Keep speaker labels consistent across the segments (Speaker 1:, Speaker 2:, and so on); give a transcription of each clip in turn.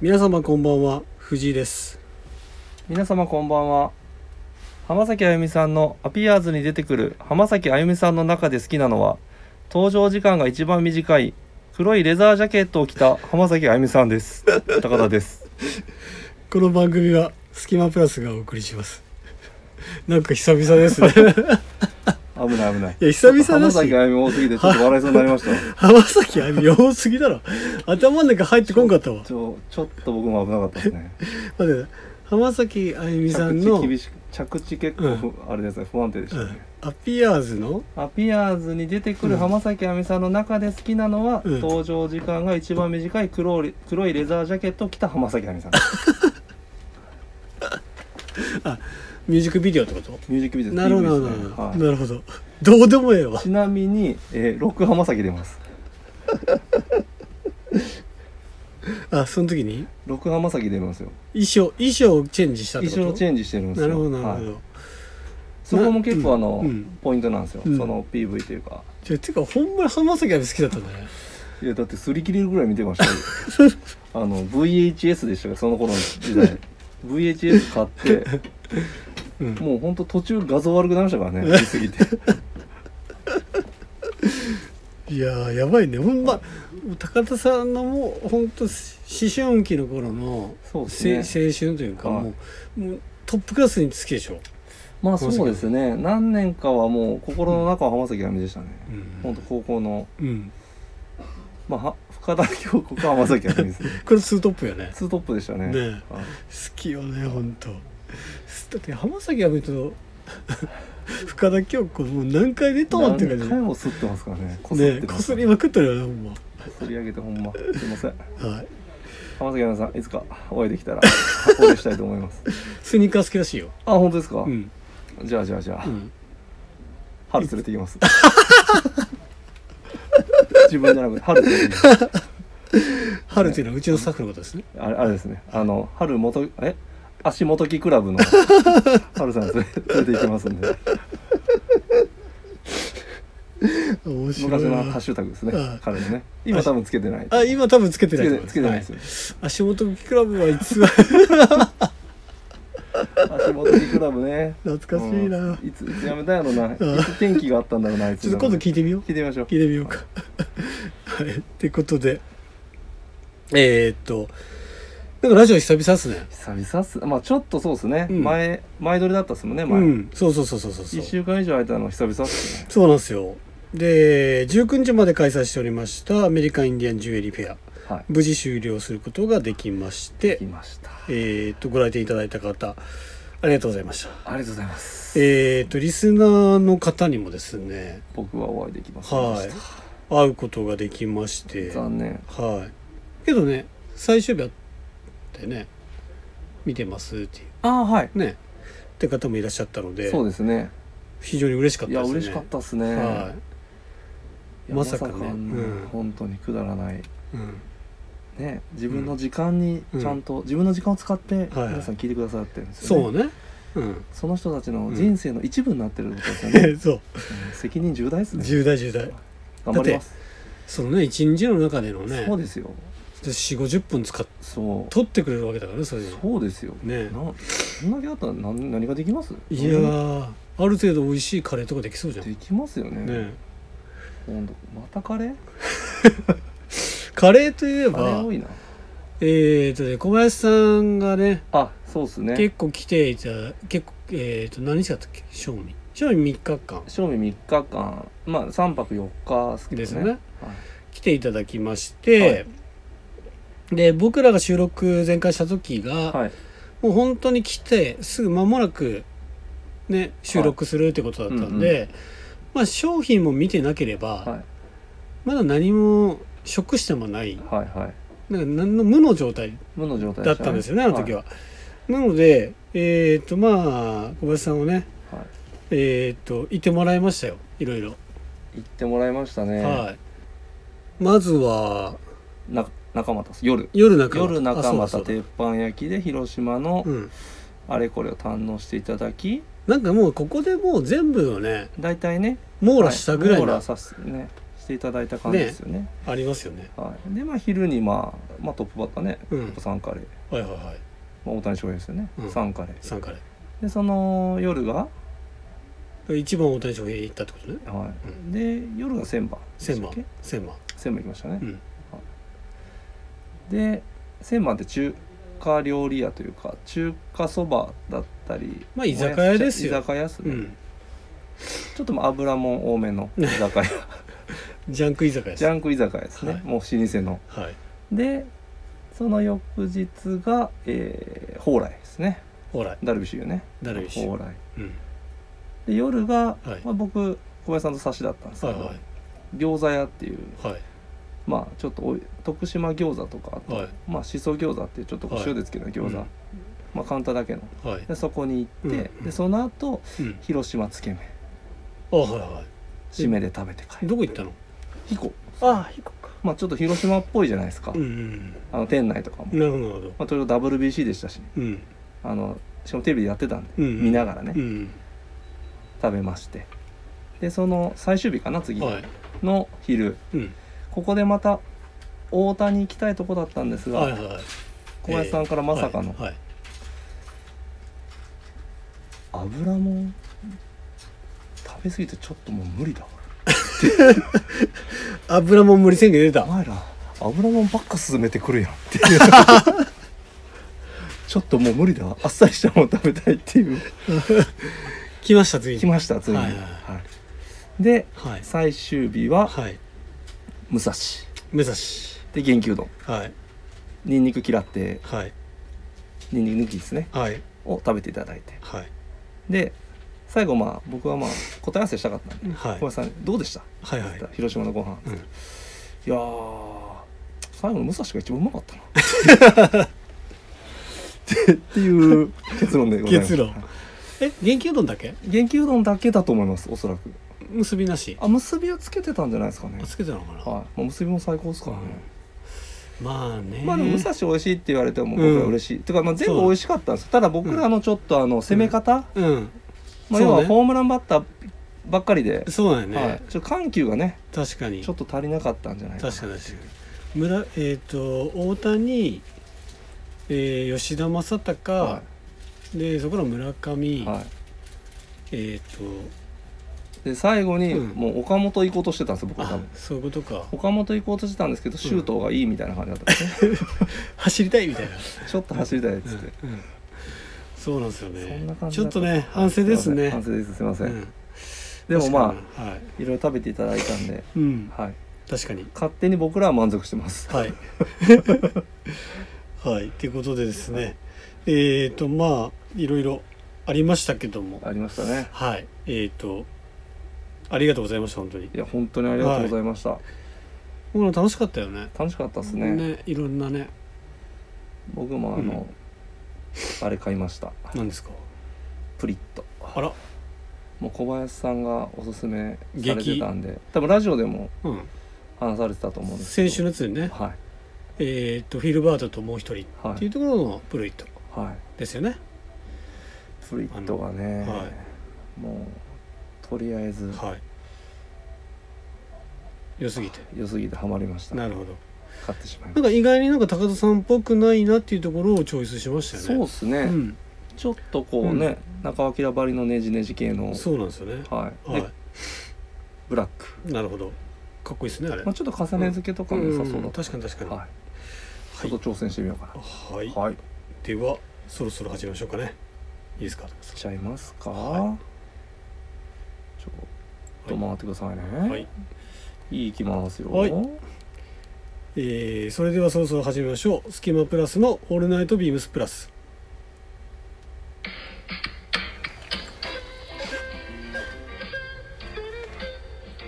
Speaker 1: 皆様こんばんは藤井です
Speaker 2: 皆様こんばんは浜崎あゆみさんの「アピアーズ」に出てくる浜崎あゆみさんの中で好きなのは登場時間が一番短い黒いレザージャケットを着た浜崎あゆみさんです高田です
Speaker 1: この番組はスキマプラスがお送りしますなんか久々ですね
Speaker 2: 危ない 危ない
Speaker 1: いや久々だし
Speaker 2: 浜崎あゆみ多すぎてちょっ と笑いそうになりました
Speaker 1: 浜崎あゆみ多すぎだろ頭の中入ってこんかったわ
Speaker 2: ちょちょっと僕も危なかったですね
Speaker 1: 待って浜崎あゆみさん
Speaker 2: 着
Speaker 1: の、
Speaker 2: 地厳しく着地結構、あれですね不安定でし
Speaker 1: う
Speaker 2: た
Speaker 1: ん
Speaker 2: ね、
Speaker 1: アピアーズの
Speaker 2: アピアーズに出てくる浜崎あゆみさんの中で好きなのは、
Speaker 1: うん
Speaker 2: 登場時間が一番短い黒い黒いレザージャケットを着た浜崎あゆみさんです
Speaker 1: ミュージックビデオってこと
Speaker 2: ミュージックビデオ
Speaker 1: なるほどな
Speaker 2: PV で
Speaker 1: る
Speaker 2: すね
Speaker 1: ほど、
Speaker 2: はい
Speaker 1: なるほどどうでもええわ
Speaker 2: ちなみに、えー、ロック浜崎出ます。
Speaker 1: あその時に
Speaker 2: ロック浜崎出ますよ。
Speaker 1: 衣装衣装をチェンジしたって
Speaker 2: 一
Speaker 1: こと
Speaker 2: 緒のチェンジしてるんです
Speaker 1: な
Speaker 2: よ。
Speaker 1: るほどなるほど、
Speaker 2: はいそこも結構あの、
Speaker 1: うんうん
Speaker 2: ポイントなんですよ。
Speaker 1: うん
Speaker 2: その PV というか。
Speaker 1: ちょてかほんまに浜崎あゆみ好きだったんだね
Speaker 2: いやだって擦り切れるぐらい見てましたよ。 あの VHS でしたよその頃の時代。VHS 買って、
Speaker 1: うん
Speaker 2: もうほんと途中画像悪くなりましたからね。見 すぎて。
Speaker 1: いやーやばいねほんま高田さんのもうほんと思春期の頃の
Speaker 2: そうです
Speaker 1: せ
Speaker 2: ね
Speaker 1: 青春というか
Speaker 2: はい
Speaker 1: もうもうトップクラスにつきでしょ、
Speaker 2: まあそうですね。何年かはもう心の中は浜崎あゆみでしたね。
Speaker 1: うん
Speaker 2: ほんと高校の、
Speaker 1: うん、
Speaker 2: まあは深田恭子か浜崎あゆみですね。
Speaker 1: これツートップよね
Speaker 2: ツートップでしたね。
Speaker 1: ねえ
Speaker 2: はい
Speaker 1: 好きよねほんとすだって浜崎あゆみと 深田恭子もう何回出たんって感
Speaker 2: 何
Speaker 1: じ
Speaker 2: 回も擦ってますからね。こすっ
Speaker 1: ね
Speaker 2: て
Speaker 1: こ
Speaker 2: ます
Speaker 1: す
Speaker 2: ね
Speaker 1: りまくってるよねほんま
Speaker 2: 擦り上げてほんま。すいません。
Speaker 1: はい
Speaker 2: 浜崎あゆみさん、いつかお会いできたらお会いしたいと思います。
Speaker 1: スニーカー好きらしいよ
Speaker 2: あ、本当ですか
Speaker 1: う。ん
Speaker 2: じゃあじゃあじゃあ
Speaker 1: う、ん
Speaker 2: 春連れてき ます。自分じゃなくて春連れてきます。
Speaker 1: 春っていうのはうちのスタッフのことですね
Speaker 2: あれあれですね。あの春元え足元木クラブの春さん連れ連れて行きますんで、
Speaker 1: 面白
Speaker 2: 昔
Speaker 1: い
Speaker 2: のハ
Speaker 1: な
Speaker 2: ッシュタグですね
Speaker 1: あ。
Speaker 2: 彼のね。今多分つけてない。
Speaker 1: あ今多分つけて
Speaker 2: つ
Speaker 1: ない
Speaker 2: け
Speaker 1: と
Speaker 2: て
Speaker 1: 思います
Speaker 2: つけてないです
Speaker 1: は
Speaker 2: よ。
Speaker 1: い足元クラブはいつ
Speaker 2: 足元木クラブね。
Speaker 1: 懐かしいな
Speaker 2: うんいついつやめたんやろな。いつ天気があったんだろうな。いつ
Speaker 1: ちょっと今度聞いてみよう
Speaker 2: 聞いてみましょう。
Speaker 1: 聞いてみようか。はい。ってことで、えー、っと、なんかラジオ久々っすね。
Speaker 2: 久々っす。まあちょっとそうですね。
Speaker 1: うん
Speaker 2: 前前撮りだったっすもんね。
Speaker 1: う
Speaker 2: 前。
Speaker 1: ん。そうそうそうそうそう。
Speaker 2: 一週間以上空いたの久々っすね。
Speaker 1: そうなんですよ。で、19日まで開催しておりましたアメリカン・インディアン・ジュエリー・フェア、
Speaker 2: はい。
Speaker 1: 無事終了することができまして
Speaker 2: 来、ました。あ
Speaker 1: えー、っと、ご来店いただいた方、ありがとうございました。
Speaker 2: りがとうございます。
Speaker 1: えー、っと、リスナーの方にもですね、
Speaker 2: 僕はお会いできませんで
Speaker 1: は
Speaker 2: し
Speaker 1: い、会うことができまして、
Speaker 2: た。残念。
Speaker 1: はい。けどね、最終日あってね、見てますってい
Speaker 2: ああはい。
Speaker 1: うね、って方もいらっしゃったので、
Speaker 2: そうですね。
Speaker 1: 非常に嬉しかっ
Speaker 2: い
Speaker 1: た
Speaker 2: や
Speaker 1: ですね。
Speaker 2: 嬉しかったっすね。
Speaker 1: はいい。
Speaker 2: や
Speaker 1: まさかね、
Speaker 2: あんな本当にくだらない。
Speaker 1: うん、
Speaker 2: ね、自分の時間にちゃんと、自分の時間を使って
Speaker 1: はい
Speaker 2: 皆さん聞いてくださってるんですよね、
Speaker 1: そうね。うん。
Speaker 2: その人たちの人生の一部になってることですよね、
Speaker 1: そう。
Speaker 2: うん責任重大ですね
Speaker 1: 重大重大。
Speaker 2: 頑張ります、
Speaker 1: そのね、一日の中でのね、
Speaker 2: そうですよ
Speaker 1: 4、50分使っ
Speaker 2: そう
Speaker 1: 取ってくれるわけだからね、それに。
Speaker 2: そうですよ
Speaker 1: ね
Speaker 2: な。そんだけあったら何何ができます
Speaker 1: いやー、ある程度美味しいカレーとかできそうじゃん。
Speaker 2: できますよね
Speaker 1: ね
Speaker 2: 今度またカレー
Speaker 1: カレーといえ
Speaker 2: カレー
Speaker 1: ば
Speaker 2: 多、いな
Speaker 1: えーとね、小林さんがね、
Speaker 2: あそうっすね
Speaker 1: 結構来ていた結構えっ、と何日だったっけ賞味賞味3日間
Speaker 2: 賞味3日間まあ3泊4日ですけど
Speaker 1: で
Speaker 2: ね
Speaker 1: すね
Speaker 2: はい
Speaker 1: 来ていただきまして、で僕らが収録前回した時が、
Speaker 2: はい
Speaker 1: もう本当に来てすぐ間もなくね収録するってことだったんで、
Speaker 2: は
Speaker 1: まあ商品も見てなければ、
Speaker 2: はい
Speaker 1: まだ何も食してもない
Speaker 2: はいはい
Speaker 1: なんか何の無の状態
Speaker 2: 無の状態
Speaker 1: だ
Speaker 2: で
Speaker 1: っ
Speaker 2: した
Speaker 1: んですよねあの時は。なのでえっ、とまあ小林さんをね
Speaker 2: はいはい
Speaker 1: えっ、といてもらいましたよいろいろ。
Speaker 2: 行ってもらいましたね、
Speaker 1: はい。まずは
Speaker 2: な仲間です夜
Speaker 1: 夜中
Speaker 2: 夜中ま
Speaker 1: あそ
Speaker 2: た
Speaker 1: うだそうだ
Speaker 2: 鉄板焼きで広島の
Speaker 1: うん。
Speaker 2: あれこれを堪能していただき
Speaker 1: なんかもうここでもう全部をね
Speaker 2: 大体ね
Speaker 1: 網羅したぐらい
Speaker 2: はい網羅
Speaker 1: な
Speaker 2: さすねしていただいた感じですよね
Speaker 1: ありますよね。
Speaker 2: はい、でまあ昼にまあまあ、トップバッターね、
Speaker 1: うん
Speaker 2: やっぱサンカレー、
Speaker 1: はいはいはい
Speaker 2: まあ、大谷翔平ですよね、
Speaker 1: うん
Speaker 2: サンカレー
Speaker 1: 3から
Speaker 2: でその夜が、
Speaker 1: 一番大谷翔平行ったってことね
Speaker 2: はい
Speaker 1: うん
Speaker 2: で夜が千葉
Speaker 1: 千
Speaker 2: で
Speaker 1: 番
Speaker 2: したっ
Speaker 1: 千番
Speaker 2: け千葉行きましたね、
Speaker 1: うん
Speaker 2: で千葉って中華料理屋というか中華そばだったり
Speaker 1: まあ居酒屋ですよ
Speaker 2: おやつ居酒屋っす
Speaker 1: う
Speaker 2: ね、
Speaker 1: ん
Speaker 2: ちょっとまあ油もん多めの居 酒屋
Speaker 1: ジャンク居酒屋です
Speaker 2: ジャンク居酒屋ですね、
Speaker 1: はい
Speaker 2: もう老舗の
Speaker 1: はい
Speaker 2: でその翌日が、えー、蓬莱ですね
Speaker 1: ほら
Speaker 2: ダルビッシュ有ね
Speaker 1: ダルビッシュ
Speaker 2: 蓬莱
Speaker 1: うん
Speaker 2: で夜が、
Speaker 1: はい
Speaker 2: まあ、僕小林さんと差しだったんです
Speaker 1: は
Speaker 2: け
Speaker 1: い
Speaker 2: ど、
Speaker 1: は
Speaker 2: 餃子屋っていう
Speaker 1: いはい
Speaker 2: まあちょっとおい徳島餃子とかあと、
Speaker 1: はい
Speaker 2: まあしそ餃子っていうちょっとこう
Speaker 1: はい
Speaker 2: 塩でつけた餃子、
Speaker 1: うん
Speaker 2: まあカウンターだけの
Speaker 1: はい
Speaker 2: でそこに行って、
Speaker 1: うんうん
Speaker 2: でその後
Speaker 1: うん
Speaker 2: 広島つけ麺
Speaker 1: あはいは
Speaker 2: 締めで食べて帰
Speaker 1: い
Speaker 2: る
Speaker 1: どこ行ったの
Speaker 2: 彦
Speaker 1: ああこか
Speaker 2: まあちょっと広島っぽいじゃないですか、
Speaker 1: うんうん
Speaker 2: あの店内とかも、
Speaker 1: うんなるほどなるほど
Speaker 2: まあ、ちょうど WBC でしたし
Speaker 1: うん
Speaker 2: あのしかもテレビでやってたんで、
Speaker 1: うんうん
Speaker 2: 見ながらね、
Speaker 1: うん
Speaker 2: 食べましてでその最終日かな次
Speaker 1: はい
Speaker 2: の昼、
Speaker 1: うん
Speaker 2: ここでまた大谷行きたいとこだったんですが、
Speaker 1: はいはいはい
Speaker 2: 小林さんからまさかの
Speaker 1: はいはい
Speaker 2: 油もん食べ過ぎてちょっともう無理だ
Speaker 1: 油もん無理宣言出
Speaker 2: お
Speaker 1: た
Speaker 2: 前ら油もんばっか進めてくるやんって ちょっともう無理だわあっさりしたもの食べたいっていう
Speaker 1: 来ました次
Speaker 2: 来ましたついに、
Speaker 1: はいはい
Speaker 2: いで
Speaker 1: はい
Speaker 2: 最終日は
Speaker 1: はい
Speaker 2: 武蔵
Speaker 1: 目指し
Speaker 2: で元気うどん
Speaker 1: はい
Speaker 2: にんにく嫌って
Speaker 1: はい
Speaker 2: にんにく抜きですね
Speaker 1: はい
Speaker 2: を食べていただいて
Speaker 1: はい
Speaker 2: で最後まあ僕はまあ答え合わせしたかったんで
Speaker 1: はい
Speaker 2: 小林さんどうでした
Speaker 1: はいはい
Speaker 2: 広島のご飯
Speaker 1: うん
Speaker 2: いやー最後の武蔵が一番うまかったな ってっていう結論でございます
Speaker 1: 結論え元気うどんだけ
Speaker 2: 元気うどんだけだと思いますおそらく
Speaker 1: 結びなし
Speaker 2: あ結びはつけてたんじゃないですかね
Speaker 1: あ
Speaker 2: はい
Speaker 1: つけてたのかな、
Speaker 2: まあ、結びも最高ですからね、
Speaker 1: まあね
Speaker 2: まあでも武蔵美味しいって言われても僕は嬉しい、てかまあ全部美味しかったんですただ僕らのちょっとあの攻め方、
Speaker 1: うん
Speaker 2: ま
Speaker 1: そう
Speaker 2: あ、
Speaker 1: ね
Speaker 2: 要はホームランバッターばっかりで、
Speaker 1: そうだよね、
Speaker 2: はい、ちょっと緩急がね
Speaker 1: 確かに
Speaker 2: ちょっと足りなかったんじゃないかな
Speaker 1: 確かに確かに村えっ、と大谷、えー吉田正尚、
Speaker 2: は
Speaker 1: でそこから村上、
Speaker 2: い、はい、
Speaker 1: えっ、
Speaker 2: で最後に
Speaker 1: うん
Speaker 2: もう岡本行こうとしてたんですよ僕
Speaker 1: と
Speaker 2: は多
Speaker 1: あ
Speaker 2: 分
Speaker 1: そういうことか
Speaker 2: 岡本行こうとしてたんですけど周東がいいみたいな感じだったんですね、
Speaker 1: 走りたいみたいな、
Speaker 2: ちょっと走りたいっ つって、
Speaker 1: うんうんそうなんですよ
Speaker 2: そん
Speaker 1: ね
Speaker 2: な感じ
Speaker 1: ちょ
Speaker 2: だ
Speaker 1: ったとね反省です
Speaker 2: はい
Speaker 1: ね
Speaker 2: 反省ですすいません、
Speaker 1: うん
Speaker 2: でもま
Speaker 1: 確かにはい、
Speaker 2: あいろいろ食べていただいたんで、
Speaker 1: うん、
Speaker 2: はい、
Speaker 1: 確かに
Speaker 2: 勝手に僕らは満足してます
Speaker 1: はい。はい。ということでですね、えっ、と、まあ、いろいろありましたけども、
Speaker 2: ありましたね
Speaker 1: はい。えっ、と、ありがとうございました、本当に
Speaker 2: い。や本当にありがとうございました、
Speaker 1: もう楽しかったよね。
Speaker 2: 楽しかったですね
Speaker 1: いろんなね、
Speaker 2: 僕もあの、
Speaker 1: うん
Speaker 2: あれ買いました
Speaker 1: なんですか。
Speaker 2: プリット
Speaker 1: あら、
Speaker 2: もう小林さんがおすすめされてたんで多分ラジオでも
Speaker 1: うん。
Speaker 2: 話されてたと思うんですけど
Speaker 1: 先週のやつでね、
Speaker 2: は
Speaker 1: えっ、と、フィルバートともう一人
Speaker 2: いは
Speaker 1: ってい
Speaker 2: いう
Speaker 1: ところのプロイット
Speaker 2: はい
Speaker 1: ですよね。
Speaker 2: プリットがね、
Speaker 1: あのは
Speaker 2: もうとりあえず
Speaker 1: はい。良すぎて。
Speaker 2: 良すぎてハマりました
Speaker 1: なるほど。
Speaker 2: 買ってしまい
Speaker 1: な
Speaker 2: まし
Speaker 1: んか意外になんか高田さんっぽくないなっていうところをチョイスしましたたよね。
Speaker 2: そうですね、
Speaker 1: うん。
Speaker 2: ちょっとこうね、中尾明ばりのねじねじ系の
Speaker 1: そうなんですよね。
Speaker 2: はい、で
Speaker 1: は
Speaker 2: ブラック、
Speaker 1: い、なるほど。かっこいいですね、あれ。
Speaker 2: まあ、ちょっと重ね付けとかも良さそうだ
Speaker 1: ん
Speaker 2: った、
Speaker 1: 確かに確かに。
Speaker 2: はいちょっと挑戦してみようか
Speaker 1: はい。
Speaker 2: なはい、いっ
Speaker 1: では、そろそろ始めましょうかね。いいですか。
Speaker 2: ちゃいますか、
Speaker 1: は
Speaker 2: ちょっと回ってくださいね、
Speaker 1: はいい。、
Speaker 2: いいきますよ、
Speaker 1: はいえーそれでは、そろそろ始めましょう。スキマプラスのオールナイトビームスプラス。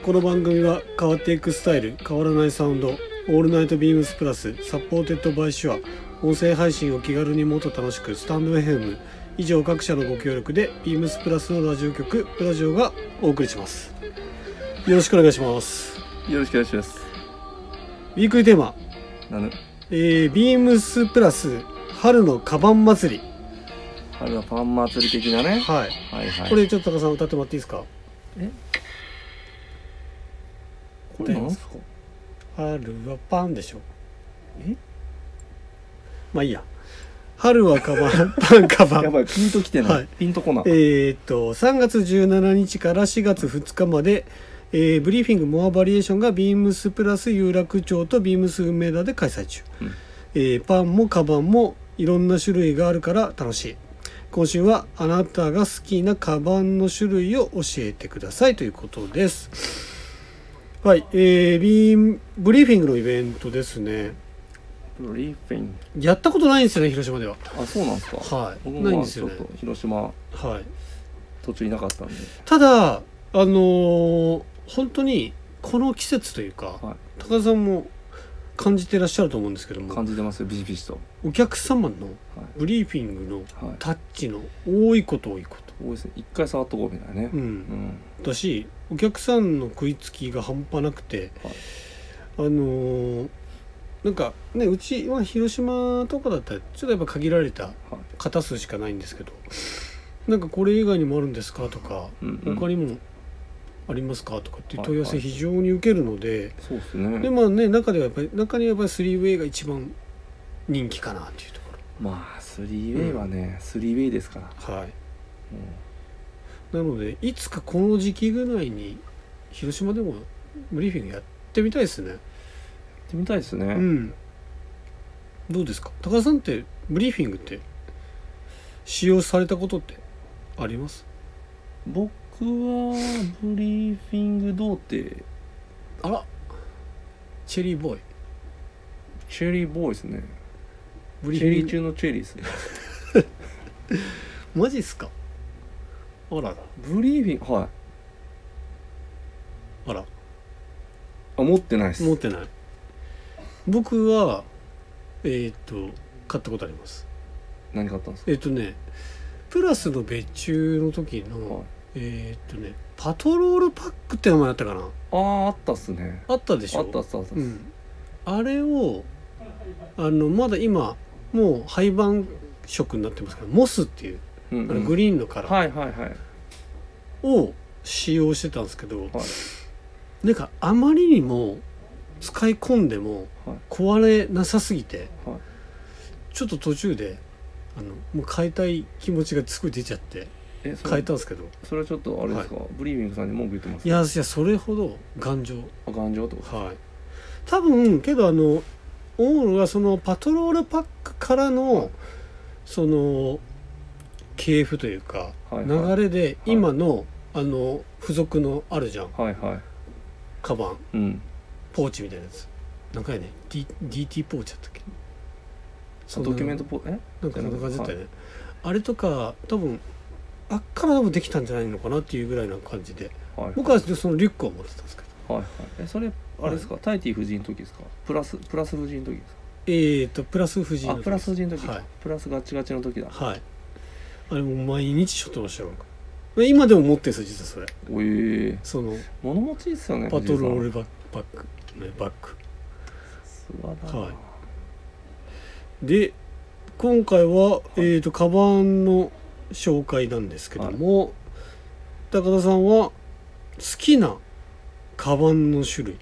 Speaker 1: この番組は変わっていくスタイル変わらないサウンドオールナイトビームスプラスサポーテッドバイシュア音声配信を気軽にもっと楽しくスタンド FM 以上各社のご協力でビームスプラスのラジオ局プラジオがお送りしますよろしくお願いします
Speaker 2: よろしくお願いします
Speaker 1: ウィークリーテーマ、
Speaker 2: なぬ
Speaker 1: えー、ビームスプラス春のカバン祭り
Speaker 2: 春のパン祭り的なね
Speaker 1: はい
Speaker 2: はいはい
Speaker 1: これちょっと高さん歌ってもらっていいですか
Speaker 2: これなんすか
Speaker 1: 春はパンでしょ
Speaker 2: え
Speaker 1: まあいいや春はカバンパンカバ
Speaker 2: や
Speaker 1: ン
Speaker 2: ばい、ピンときてない。
Speaker 1: はい
Speaker 2: ピンとこない。
Speaker 1: えーっと3月17日から4月2日まで、えーブリーフィングモアバリエーションがビームスプラス有楽町とビームス梅田で開催中、
Speaker 2: うん
Speaker 1: えーパンもカバンもいろんな種類があるから楽しい今週はあなたが好きなカバンの種類を教えてくださいということですはい、えービームブリーフィングのイベントですね
Speaker 2: ブリーフィン。
Speaker 1: やったことないんですよね広島では
Speaker 2: あ、そうなんですか。
Speaker 1: はい
Speaker 2: 僕
Speaker 1: ないん
Speaker 2: も
Speaker 1: です
Speaker 2: ち
Speaker 1: よ
Speaker 2: ょっ
Speaker 1: ね
Speaker 2: と広島
Speaker 1: はい
Speaker 2: 途中いなかったんで。
Speaker 1: ただあのー本当にこの季節というか、
Speaker 2: は
Speaker 1: 高田さんも感じてらっしゃると思うんですけども
Speaker 2: 感じてますよ、ビシビシと。
Speaker 1: お客様の
Speaker 2: は
Speaker 1: ブリーフィングの
Speaker 2: い。はい。
Speaker 1: タッチの多いこと多いこと、
Speaker 2: 多いですね。一回触っとこうみたいなね
Speaker 1: う。、
Speaker 2: うんん。
Speaker 1: だしお客さんの食いつきが半端なくて、
Speaker 2: はい
Speaker 1: あのーなんかねうちは広島とかだったらちょっとやっぱ限られた
Speaker 2: はい。
Speaker 1: 型数しかないんですけどなんかこれ以外にもあるんですかとか
Speaker 2: うん、うん。
Speaker 1: 他にもありますかとかっていう
Speaker 2: はい
Speaker 1: 問い合わせ非常に受けるので、
Speaker 2: そうですね。
Speaker 1: でまあね中ではやっぱり中にはやっぱり 3way が一番人気かなっていうとこ
Speaker 2: まあ、スリーウェイはね、スリーウェイですから。
Speaker 1: ろはい
Speaker 2: うん
Speaker 1: なのでいつかこの時期ぐらいに広島でもブリーフィングやってみたいですね
Speaker 2: やってみたいですね。
Speaker 1: うんどうですか高田さんってブリーフィングって使用されたことってあります
Speaker 2: 僕はブリーフィング童貞
Speaker 1: あらチェリーボーイ
Speaker 2: チェリーボーイですね
Speaker 1: ブ
Speaker 2: チ
Speaker 1: リー
Speaker 2: ェ
Speaker 1: フィ
Speaker 2: リー
Speaker 1: ング
Speaker 2: 中のチェリーですね
Speaker 1: マジっすかあらら
Speaker 2: ブリーフィングはい
Speaker 1: あら
Speaker 2: あ持ってないです
Speaker 1: 持ってない僕はえーっと買ったことあります
Speaker 2: 何買ったんですか
Speaker 1: えーっとねプラスの別注の時の、
Speaker 2: はい
Speaker 1: えーっとねパトロールパックって名前あったかな
Speaker 2: あーあったっすね
Speaker 1: あったでしょ
Speaker 2: あったあったあった、
Speaker 1: うん、あれをあのまだ今もう廃盤色になってますけどモスっていう
Speaker 2: うん
Speaker 1: あ
Speaker 2: う
Speaker 1: の
Speaker 2: ん
Speaker 1: グリーンのカラー
Speaker 2: はいはいはい
Speaker 1: を使用してたんですけど、
Speaker 2: はい
Speaker 1: なんかあまりにも使い込んでも
Speaker 2: はい
Speaker 1: 壊れなさすぎて、
Speaker 2: はい
Speaker 1: ちょっと途中であのもう変えたい気持ちがすごい出ちゃって
Speaker 2: えそ
Speaker 1: 変え
Speaker 2: れ
Speaker 1: たんですけど
Speaker 2: それはちょっとあれですか、ブリーフィングさんに文句言ってます
Speaker 1: いやいやそれほど頑丈
Speaker 2: あ頑丈ってこと
Speaker 1: はい多分けどあのオールはそのパトロールパックからのその系譜というか
Speaker 2: はいはい
Speaker 1: 流れで今の、あの付属のあるじゃん
Speaker 2: はいはい
Speaker 1: カバン
Speaker 2: うん
Speaker 1: ポーチみたいなやつなんかやね、D、DT ポーチだったっけ
Speaker 2: あ
Speaker 1: そんな
Speaker 2: ドキュメントポえ
Speaker 1: なんかそんな感じだったよね、あれとか多分あっから多分できたんじゃないのかなっていうぐらいな感じで
Speaker 2: はい
Speaker 1: 僕はそのリュックを持ってたんですけど
Speaker 2: はいはいえそれあれですか、タイティ夫人の時ですかプラスプラス夫人の時ですか
Speaker 1: えー、とプラス富士
Speaker 2: あプラス夫人の時、
Speaker 1: はい
Speaker 2: プラスガチガチの時だ
Speaker 1: はいあれもう毎日しょってましたよ僕今でも持ってるんですよ実はそれ
Speaker 2: おえ
Speaker 1: その
Speaker 2: 物持ちいいっすよね
Speaker 1: パトロール
Speaker 2: 藤
Speaker 1: バ
Speaker 2: 井
Speaker 1: ックバック、ね、バック
Speaker 2: さん素晴らし
Speaker 1: はいで今回は、えー、とカバンの紹介なんですけども、高田さんは好きなカバンの種類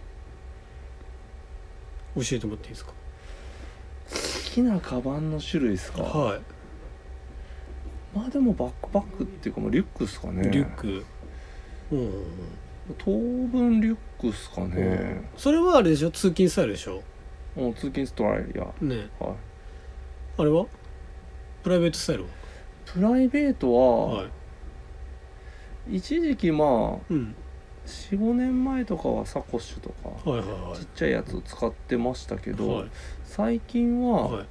Speaker 1: 教えてもらっていいですか
Speaker 2: 好きなカバンの種類ですか、
Speaker 1: は
Speaker 2: まあでもバックパックっていうかもうリュックっすか
Speaker 1: い、
Speaker 2: ね
Speaker 1: リュックうんうんうん
Speaker 2: 当分リュックっすかね、
Speaker 1: それはあれでしょ通勤スタイルでしょ
Speaker 2: もう通勤ストライヤ
Speaker 1: ね
Speaker 2: はい
Speaker 1: あれはプライベートスタイルは
Speaker 2: プライベート
Speaker 1: は
Speaker 2: は、
Speaker 1: い
Speaker 2: 一時期まあ
Speaker 1: うん
Speaker 2: 45年前とかはサコッシュとか、
Speaker 1: はいはいは
Speaker 2: ちっちゃいやつを使ってましたけ
Speaker 1: い
Speaker 2: ど、
Speaker 1: はい
Speaker 2: 最近は、
Speaker 1: はい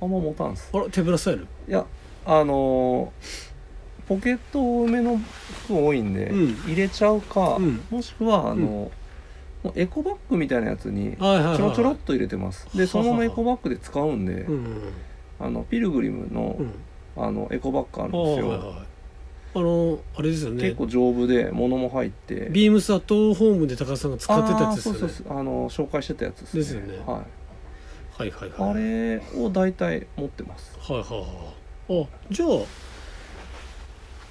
Speaker 2: あんま持たんす
Speaker 1: あら手ぶらスタイル
Speaker 2: いやあのーポケット多めの服多いんで、
Speaker 1: うん
Speaker 2: 入れちゃうか、
Speaker 1: うん
Speaker 2: もしくは
Speaker 1: う
Speaker 2: あの、
Speaker 1: ん
Speaker 2: もうエコバッグみたいなやつに
Speaker 1: はいはいはい
Speaker 2: ちょろちょろっと入れてます、でそのままエコバッグで使うんで、
Speaker 1: うんうん
Speaker 2: あのピルグリムの,、
Speaker 1: うんうん
Speaker 2: あのエコバッグあるん
Speaker 1: ああ
Speaker 2: です
Speaker 1: はい
Speaker 2: よ、
Speaker 1: はいあのあれですよね
Speaker 2: 結構丈夫で物も入って
Speaker 1: ビームスアットホームで高田さんが使ってたやつですよね
Speaker 2: あーそうそうそうあの紹介してたやつですね
Speaker 1: ですよね
Speaker 2: はい、
Speaker 1: はいはいはい
Speaker 2: あれを大体持ってます
Speaker 1: はいはいはいあじゃあ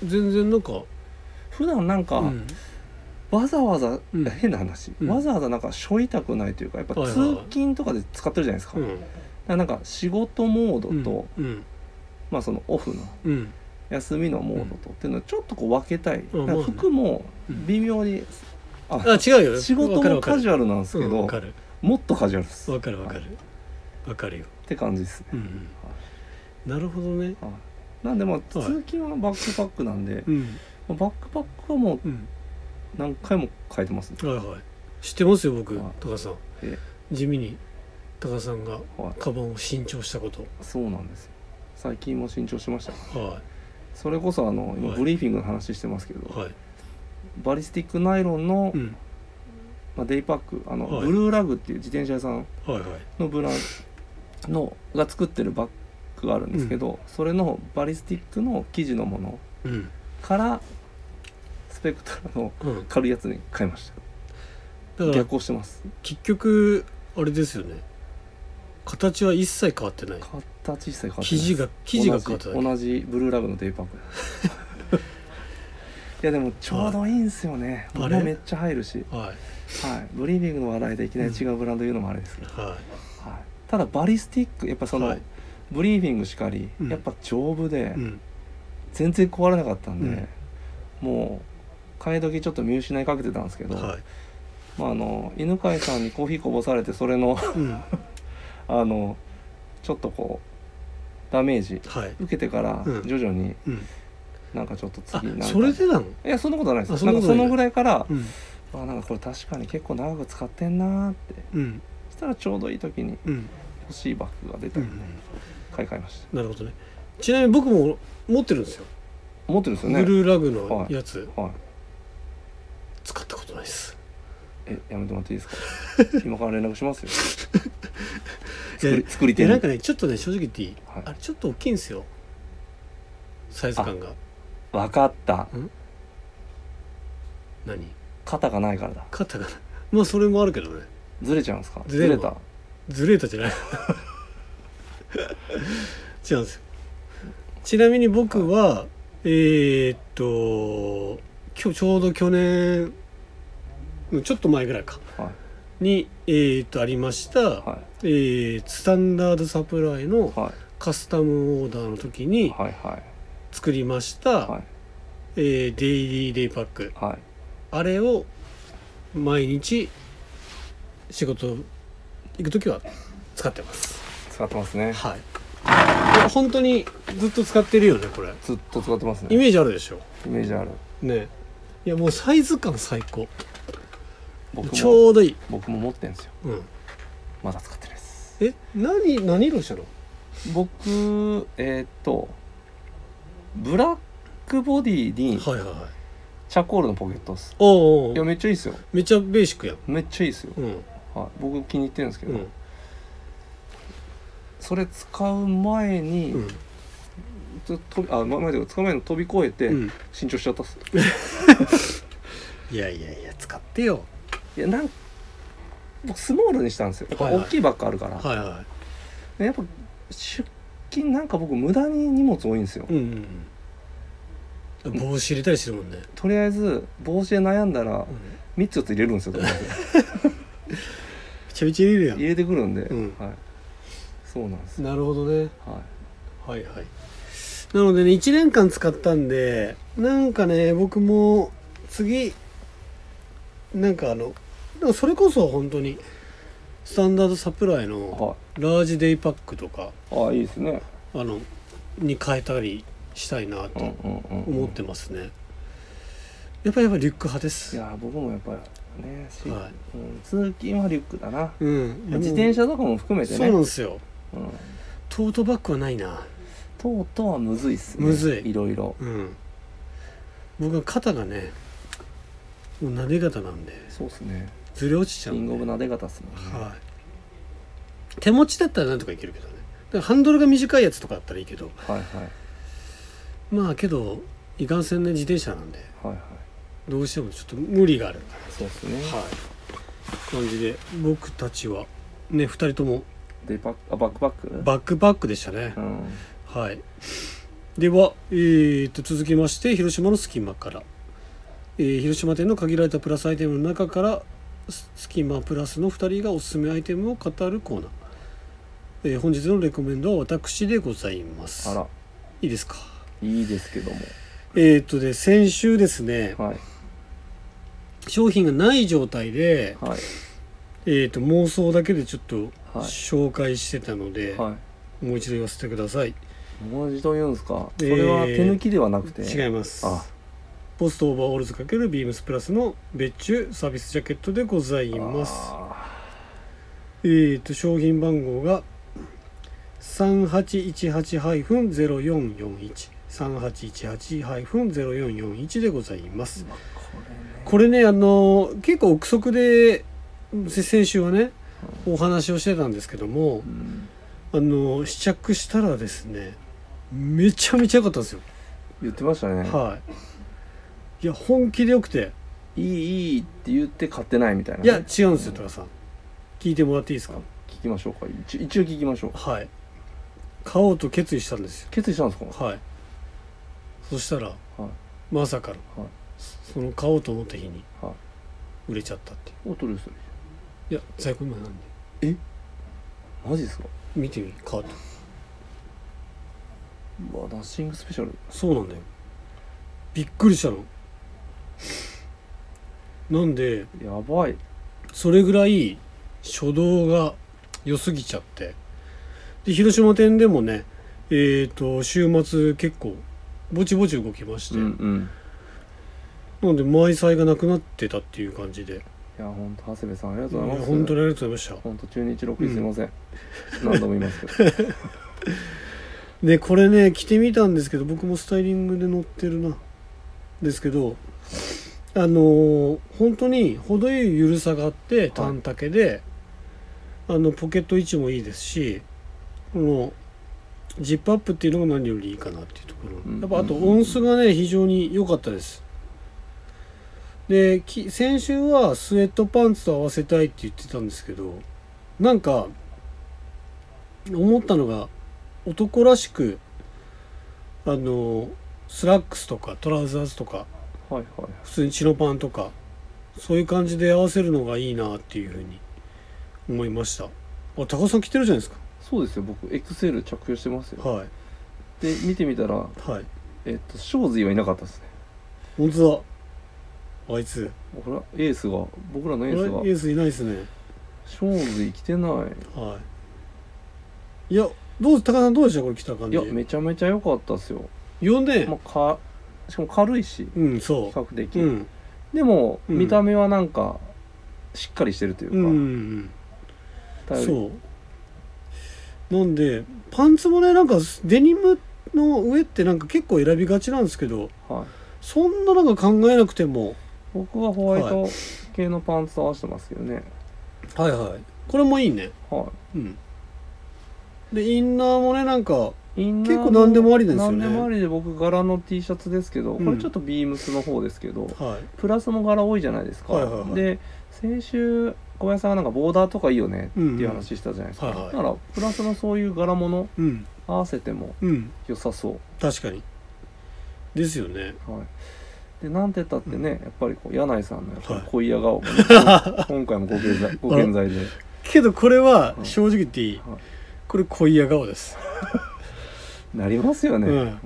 Speaker 1: 全然なんか
Speaker 2: 普段なんか、
Speaker 1: うん
Speaker 2: わざわざ、
Speaker 1: うん
Speaker 2: 変な話、
Speaker 1: うん
Speaker 2: わざわざなんかしょいたくないというかやっぱ
Speaker 1: はいはい
Speaker 2: 通勤とかで使ってるじゃないですか、
Speaker 1: うん
Speaker 2: らなんか仕事モ
Speaker 1: う
Speaker 2: ード
Speaker 1: ん
Speaker 2: と、
Speaker 1: うん
Speaker 2: まあそのオフの
Speaker 1: うん
Speaker 2: 休みのモードとっていうのをちょっとこう分けたい、
Speaker 1: うん
Speaker 2: だから服も
Speaker 1: うん
Speaker 2: 微妙に、あ
Speaker 1: あ違うよ
Speaker 2: 仕事もカジュアルなんですけ
Speaker 1: わ
Speaker 2: ど
Speaker 1: かる
Speaker 2: もっとカジュアルです
Speaker 1: わかるわかるわかるわかるよ、
Speaker 2: って感じですね、
Speaker 1: うんうん、なるほどね
Speaker 2: はいなんでまあ通勤はバックパックなんで、
Speaker 1: うん
Speaker 2: まあバックパックはもう
Speaker 1: うん
Speaker 2: 何回も変えてますね、
Speaker 1: はいはい知ってますよ僕
Speaker 2: はい
Speaker 1: 高さん
Speaker 2: え
Speaker 1: 地味に高さんが
Speaker 2: はい、
Speaker 1: カバンを新調したこと
Speaker 2: そうなんですよ最近も新調しました
Speaker 1: は
Speaker 2: それこそあの今
Speaker 1: はい
Speaker 2: ブリーフィングの話してますけど、
Speaker 1: いはい
Speaker 2: バリスティックナイロンの、
Speaker 1: うん
Speaker 2: まあ、デイパックあの、
Speaker 1: はい
Speaker 2: ブルーラグっていう自転車屋さん
Speaker 1: はいはい
Speaker 2: のブランドのが作ってるバッグがあるんですけど、それのバリスティックの生地のもの
Speaker 1: うん
Speaker 2: からスペクトラの
Speaker 1: うん
Speaker 2: 軽いやつに変えまし
Speaker 1: だ
Speaker 2: た
Speaker 1: から
Speaker 2: 逆行してます
Speaker 1: 結局あれですよね形は一切変わってない
Speaker 2: 形一切変わってない
Speaker 1: 生地が生地が変わって
Speaker 2: 同
Speaker 1: な
Speaker 2: じ
Speaker 1: い
Speaker 2: 同じブルーラグのデイパッ クいやでもちょうどいいんですよね
Speaker 1: あ
Speaker 2: も
Speaker 1: れ
Speaker 2: うめっちゃ入るし、
Speaker 1: はい
Speaker 2: はい、ブリーフィングの話題でいきなり違うブランド言うのもあれですけど、
Speaker 1: は
Speaker 2: はい、ただバリスティックやっぱその、
Speaker 1: はい
Speaker 2: ブリーフィングしかり、
Speaker 1: うん
Speaker 2: やっぱ丈夫で、
Speaker 1: いうん
Speaker 2: 全然壊れなかったんで、もう替え時ちょっと見失いかけてたんですけど、
Speaker 1: はい
Speaker 2: まあ、あの犬飼さんにコーヒーこぼされてそれの
Speaker 1: うんは
Speaker 2: あのちょっとこうダメージ
Speaker 1: い
Speaker 2: 受けてから
Speaker 1: うん
Speaker 2: 徐々に
Speaker 1: うん
Speaker 2: なんかちょっと
Speaker 1: あ
Speaker 2: 次なんか
Speaker 1: それでなの
Speaker 2: いやそんなことはないで
Speaker 1: あ
Speaker 2: す
Speaker 1: そんな
Speaker 2: なん
Speaker 1: こと
Speaker 2: か
Speaker 1: な
Speaker 2: そ
Speaker 1: い
Speaker 2: のぐらいから、
Speaker 1: うん
Speaker 2: あなんかこれ確かに結構長く使ってんなーって
Speaker 1: うん
Speaker 2: そしたらちょうどいい時に
Speaker 1: うん
Speaker 2: 欲しいバッグが出た
Speaker 1: うん
Speaker 2: で、買い替えました
Speaker 1: なるほどねちなみに僕も持ってるんですよ
Speaker 2: 持ってるんですよ
Speaker 1: ブ
Speaker 2: ね
Speaker 1: ルーラグのやつ
Speaker 2: はい
Speaker 1: 使ったことないです
Speaker 2: えやめてもらってい いですか今から連絡しますよ作り作り
Speaker 1: で
Speaker 2: 手に
Speaker 1: なんかねちょっとね正直言っていい
Speaker 2: はい
Speaker 1: あれちょっと大きいんですよサイズ感が
Speaker 2: わかった
Speaker 1: 何
Speaker 2: 肩がないからだ
Speaker 1: 肩がなまあそれもあるけどね
Speaker 2: ずれちゃうんですか
Speaker 1: ずれるわ
Speaker 2: た
Speaker 1: ずれたじゃない違うんですよちなみに僕はえーっと今日ちょうど去年うんちょっと前ぐらいか
Speaker 2: は
Speaker 1: にえーっとありました、
Speaker 2: いは
Speaker 1: えースタンダードサプライの
Speaker 2: いは
Speaker 1: カスタムオーダーの時
Speaker 2: い
Speaker 1: に
Speaker 2: はいはい
Speaker 1: 作りました、
Speaker 2: はい
Speaker 1: えーデイリーデイパック
Speaker 2: はい
Speaker 1: あれを毎日仕事行く時は使ってます
Speaker 2: 使ってますね
Speaker 1: はいこれ本当にずっと使ってるよねこれ
Speaker 2: ずっと使ってますね
Speaker 1: イ
Speaker 2: イメ
Speaker 1: メージあるでしょ
Speaker 2: ージある
Speaker 1: ねいやもうサイズ感最高
Speaker 2: 僕
Speaker 1: ち
Speaker 2: も
Speaker 1: ょうどいい、
Speaker 2: 僕も持ってるんですよ
Speaker 1: うん、
Speaker 2: まだ使ってないです
Speaker 1: え何何色したの
Speaker 2: 僕えーっとブラックボディに
Speaker 1: はいはいはい
Speaker 2: チャコールのポケットです
Speaker 1: おうおう
Speaker 2: いやめっちゃいいですよ
Speaker 1: めっちゃベーシックやん
Speaker 2: めっちゃいいですよ、
Speaker 1: うん
Speaker 2: はい、僕気に入ってるんですけ
Speaker 1: う
Speaker 2: ど、
Speaker 1: ん
Speaker 2: それ使う前に、
Speaker 1: うん
Speaker 2: ちょっと飛びあま前で使う前の飛び越えて、
Speaker 1: うん
Speaker 2: 新調しちゃったっす
Speaker 1: いやいやいや使ってよ
Speaker 2: いやなん僕スモールにしたんですよやっぱ
Speaker 1: はいはい
Speaker 2: 大きいバッグあるから、
Speaker 1: はいは
Speaker 2: でやっぱ出勤なんか僕無駄に荷物多いんですよ、
Speaker 1: いうん、うんうん、帽子入れたりしてるもんね、
Speaker 2: とりあえず帽子で悩んだら
Speaker 1: うん、め
Speaker 2: 3つ4つ入れるんですよとりあえず
Speaker 1: ちゃめちゃ入れるやん
Speaker 2: 入れてくるんで、
Speaker 1: うん
Speaker 2: はい、そうなんです、
Speaker 1: なるほどね
Speaker 2: は
Speaker 1: はいはいなのでね1年間使ったんでなんかね僕も次なんかあのでもそれこそ本当にスタンダードサプライ
Speaker 2: い
Speaker 1: の
Speaker 2: は
Speaker 1: ラージデイパックとか
Speaker 2: い、あいいですね
Speaker 1: あのに変えたりしたいな
Speaker 2: うん
Speaker 1: と
Speaker 2: うんうん、うん、
Speaker 1: 思ってますねやっぱりやっぱリュック派で
Speaker 2: い
Speaker 1: す
Speaker 2: やー僕もやっぱね、し
Speaker 1: は
Speaker 2: うん、通勤はリュックだな、
Speaker 1: うんいやもう
Speaker 2: 自転車とかも含めて
Speaker 1: そうなん
Speaker 2: ね
Speaker 1: ですよ
Speaker 2: うん
Speaker 1: トートバッグはないな
Speaker 2: とうとうはむずいっすね
Speaker 1: むずい
Speaker 2: いろいろ
Speaker 1: うん僕は肩がねもうなで肩なんで
Speaker 2: そうっすね
Speaker 1: ずれ落ちちゃう
Speaker 2: リ
Speaker 1: ん
Speaker 2: ン
Speaker 1: で
Speaker 2: ゴブなで方っすね
Speaker 1: はい、手持ちだったらなんとかいけるけどねだからハンドルが短いやつとかだったらいいけど
Speaker 2: はいはい
Speaker 1: まあけどいかんせんね自転車なんで
Speaker 2: はいはい
Speaker 1: どうしてもちょっと無理がある
Speaker 2: そうですね、
Speaker 1: はい感じで僕たちはね2人とも
Speaker 2: でバックあバックパック
Speaker 1: バックパックでしたね
Speaker 2: うん
Speaker 1: はいでは、えー、と続きまして広島の隙間から、えー広島店の限られたプラスアイテムの中からス隙間プラスの2人がおすすめアイテムを語るコーナーえー本日のレコメンドは私でございます
Speaker 2: あら
Speaker 1: いいですか
Speaker 2: いいですけども
Speaker 1: えーっとで先週ですね
Speaker 2: はい
Speaker 1: 商品がない状態で、
Speaker 2: はい
Speaker 1: えーっと妄想だけでちょっと
Speaker 2: はい
Speaker 1: 紹介してたので、
Speaker 2: は
Speaker 1: もう一度言わせてください、
Speaker 2: いもう一度言うんですかそ
Speaker 1: えー
Speaker 2: れは手抜きではなくて、
Speaker 1: 違います
Speaker 2: あ
Speaker 1: ポストオーバーオールズ×ビームスプラスの別注サービスジャケットでございます
Speaker 2: あ
Speaker 1: えー、と商品番号が3818-0441 3818-0441でございます
Speaker 2: ーまあこれね
Speaker 1: これねあの結構憶測でせ先週はねお話をしてたんですけども
Speaker 2: うん
Speaker 1: あの試着したらですねめちゃめちゃ良かったんですよ
Speaker 2: 言ってましたね、
Speaker 1: はいいや本気で良くて
Speaker 2: い、いいいって言って買ってないみたいなね、
Speaker 1: いや違うんですよ寅さん聞いてもらっていいですか
Speaker 2: あ聞きましょうか一一応聞きましょう
Speaker 1: はい買おうと決意したんですよ
Speaker 2: 決意したんですか
Speaker 1: はいそしたら、
Speaker 2: はい
Speaker 1: まさかの、
Speaker 2: はい
Speaker 1: その買おうと思った日に
Speaker 2: はい
Speaker 1: 売れちゃったってい
Speaker 2: お取りする
Speaker 1: ういや在庫今なんで
Speaker 2: マジですか
Speaker 1: 見てみカート
Speaker 2: うわダッシングスペシャル
Speaker 1: そうなんだよびっくりしたのなんで
Speaker 2: やばい
Speaker 1: それぐらい初動が良すぎちゃってで広島店でもねえっ、と週末結構ぼちぼち動きまして、
Speaker 2: ん
Speaker 1: なんで毎歳がなくなってたっていう感じで
Speaker 2: いや本当長谷部さんありが
Speaker 1: い
Speaker 2: とう
Speaker 1: や
Speaker 2: ございます
Speaker 1: 本当にありがとうございました
Speaker 2: 本当中日6位すいません、何度も言います けど
Speaker 1: でこれね着てみたんですけど僕もスタイリングで乗ってるなですけどあのー本当に程よい緩さがあって短丈で、あのポケット位置もいいですしこのジップアップっていうのが何よりいいかなっていうところ、
Speaker 2: うん
Speaker 1: やっぱあと音数がね非常に良かったですでき先週はスウェットパンツと合わせたいって言ってたんですけどなんか思ったのが男らしくあのスラックスとかトラウザーズとか
Speaker 2: はいはい
Speaker 1: 普通にチノパンとかそういう感じで合わせるのがいいなっていうふうに思いましたあ高尾さん着てるじゃないです
Speaker 2: そうですよ僕 XL 着用してますよ
Speaker 1: かはい
Speaker 2: で見てみたら
Speaker 1: はい
Speaker 2: えっとショーズイはいなかったですね
Speaker 1: 本当だあいつ
Speaker 2: ほらエースが僕らの
Speaker 1: あ
Speaker 2: エ
Speaker 1: れエ
Speaker 2: ースが
Speaker 1: ースいないですね
Speaker 2: ショーズイ着てない
Speaker 1: はいいやどう高尾さんどうでしたこれ着た感
Speaker 2: い
Speaker 1: じ
Speaker 2: やめちゃめちゃ良かったっすよ、
Speaker 1: よね、
Speaker 2: まあ、かしかも軽いし比
Speaker 1: うんそ
Speaker 2: 較的、
Speaker 1: ううん
Speaker 2: でも、
Speaker 1: うん
Speaker 2: 見た目はなんかしっかりしてるというか
Speaker 1: う、んうんうん
Speaker 2: 頼り
Speaker 1: そうなんでパンツもねなんかデニムの上ってなんか結構選びがちなんですけど
Speaker 2: はい、
Speaker 1: そんななんか考えなくても
Speaker 2: 僕はホワイト系のパンツと合わせてますけどね
Speaker 1: はいはいこれもいいね
Speaker 2: はい、
Speaker 1: うんでインナーもねなんか
Speaker 2: インナー
Speaker 1: 結構何でもありなんですよね
Speaker 2: 何でもありで僕柄の T シャツですけど、
Speaker 1: うん
Speaker 2: これちょっとビームスの方ですけど
Speaker 1: は
Speaker 2: プラスも柄多いじゃないですか、
Speaker 1: はいはいはい
Speaker 2: で先週小林さんがなんかボーダーとかいいよねっていう話したじゃないです
Speaker 1: う
Speaker 2: か、
Speaker 1: んうんはいはい
Speaker 2: だからプラスのそういう柄物
Speaker 1: いうん
Speaker 2: 合わせても
Speaker 1: うん
Speaker 2: 良さそ
Speaker 1: 確かにですよね
Speaker 2: う、はい、でなんて言ったってね、やっぱりこう柳井さんのやっぱり恋 屋顔、今回もご健在ご健在で
Speaker 1: けどこれは
Speaker 2: うん
Speaker 1: 正直言っていい、
Speaker 2: はい
Speaker 1: これ恋や顔です
Speaker 2: なりますよね、
Speaker 1: うん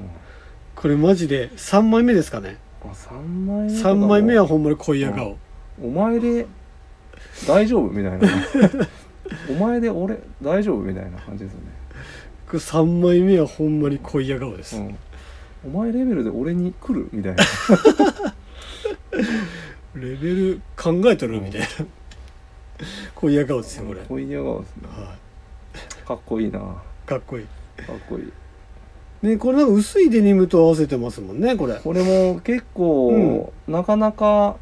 Speaker 1: これマジで3枚目ですかね
Speaker 2: 3枚目とか
Speaker 1: 3
Speaker 2: も
Speaker 1: 枚目はほんまに恋や顔、
Speaker 2: お前で大丈夫 みたいなお前で俺大丈夫みたいな感じですよ
Speaker 1: これ3枚目はほんまに恋や顔です、
Speaker 2: ね、うん、お前レベルで俺に来るみたい な
Speaker 1: レベル考えとるみたいな、恋や顔ですよこれ、
Speaker 2: こういう顔ですね
Speaker 1: は
Speaker 2: かっこいいなか
Speaker 1: い、かっこいい
Speaker 2: っこいい
Speaker 1: ねこれなんか薄いデニムと合わせてますもんねこれ
Speaker 2: これも結構、なかなか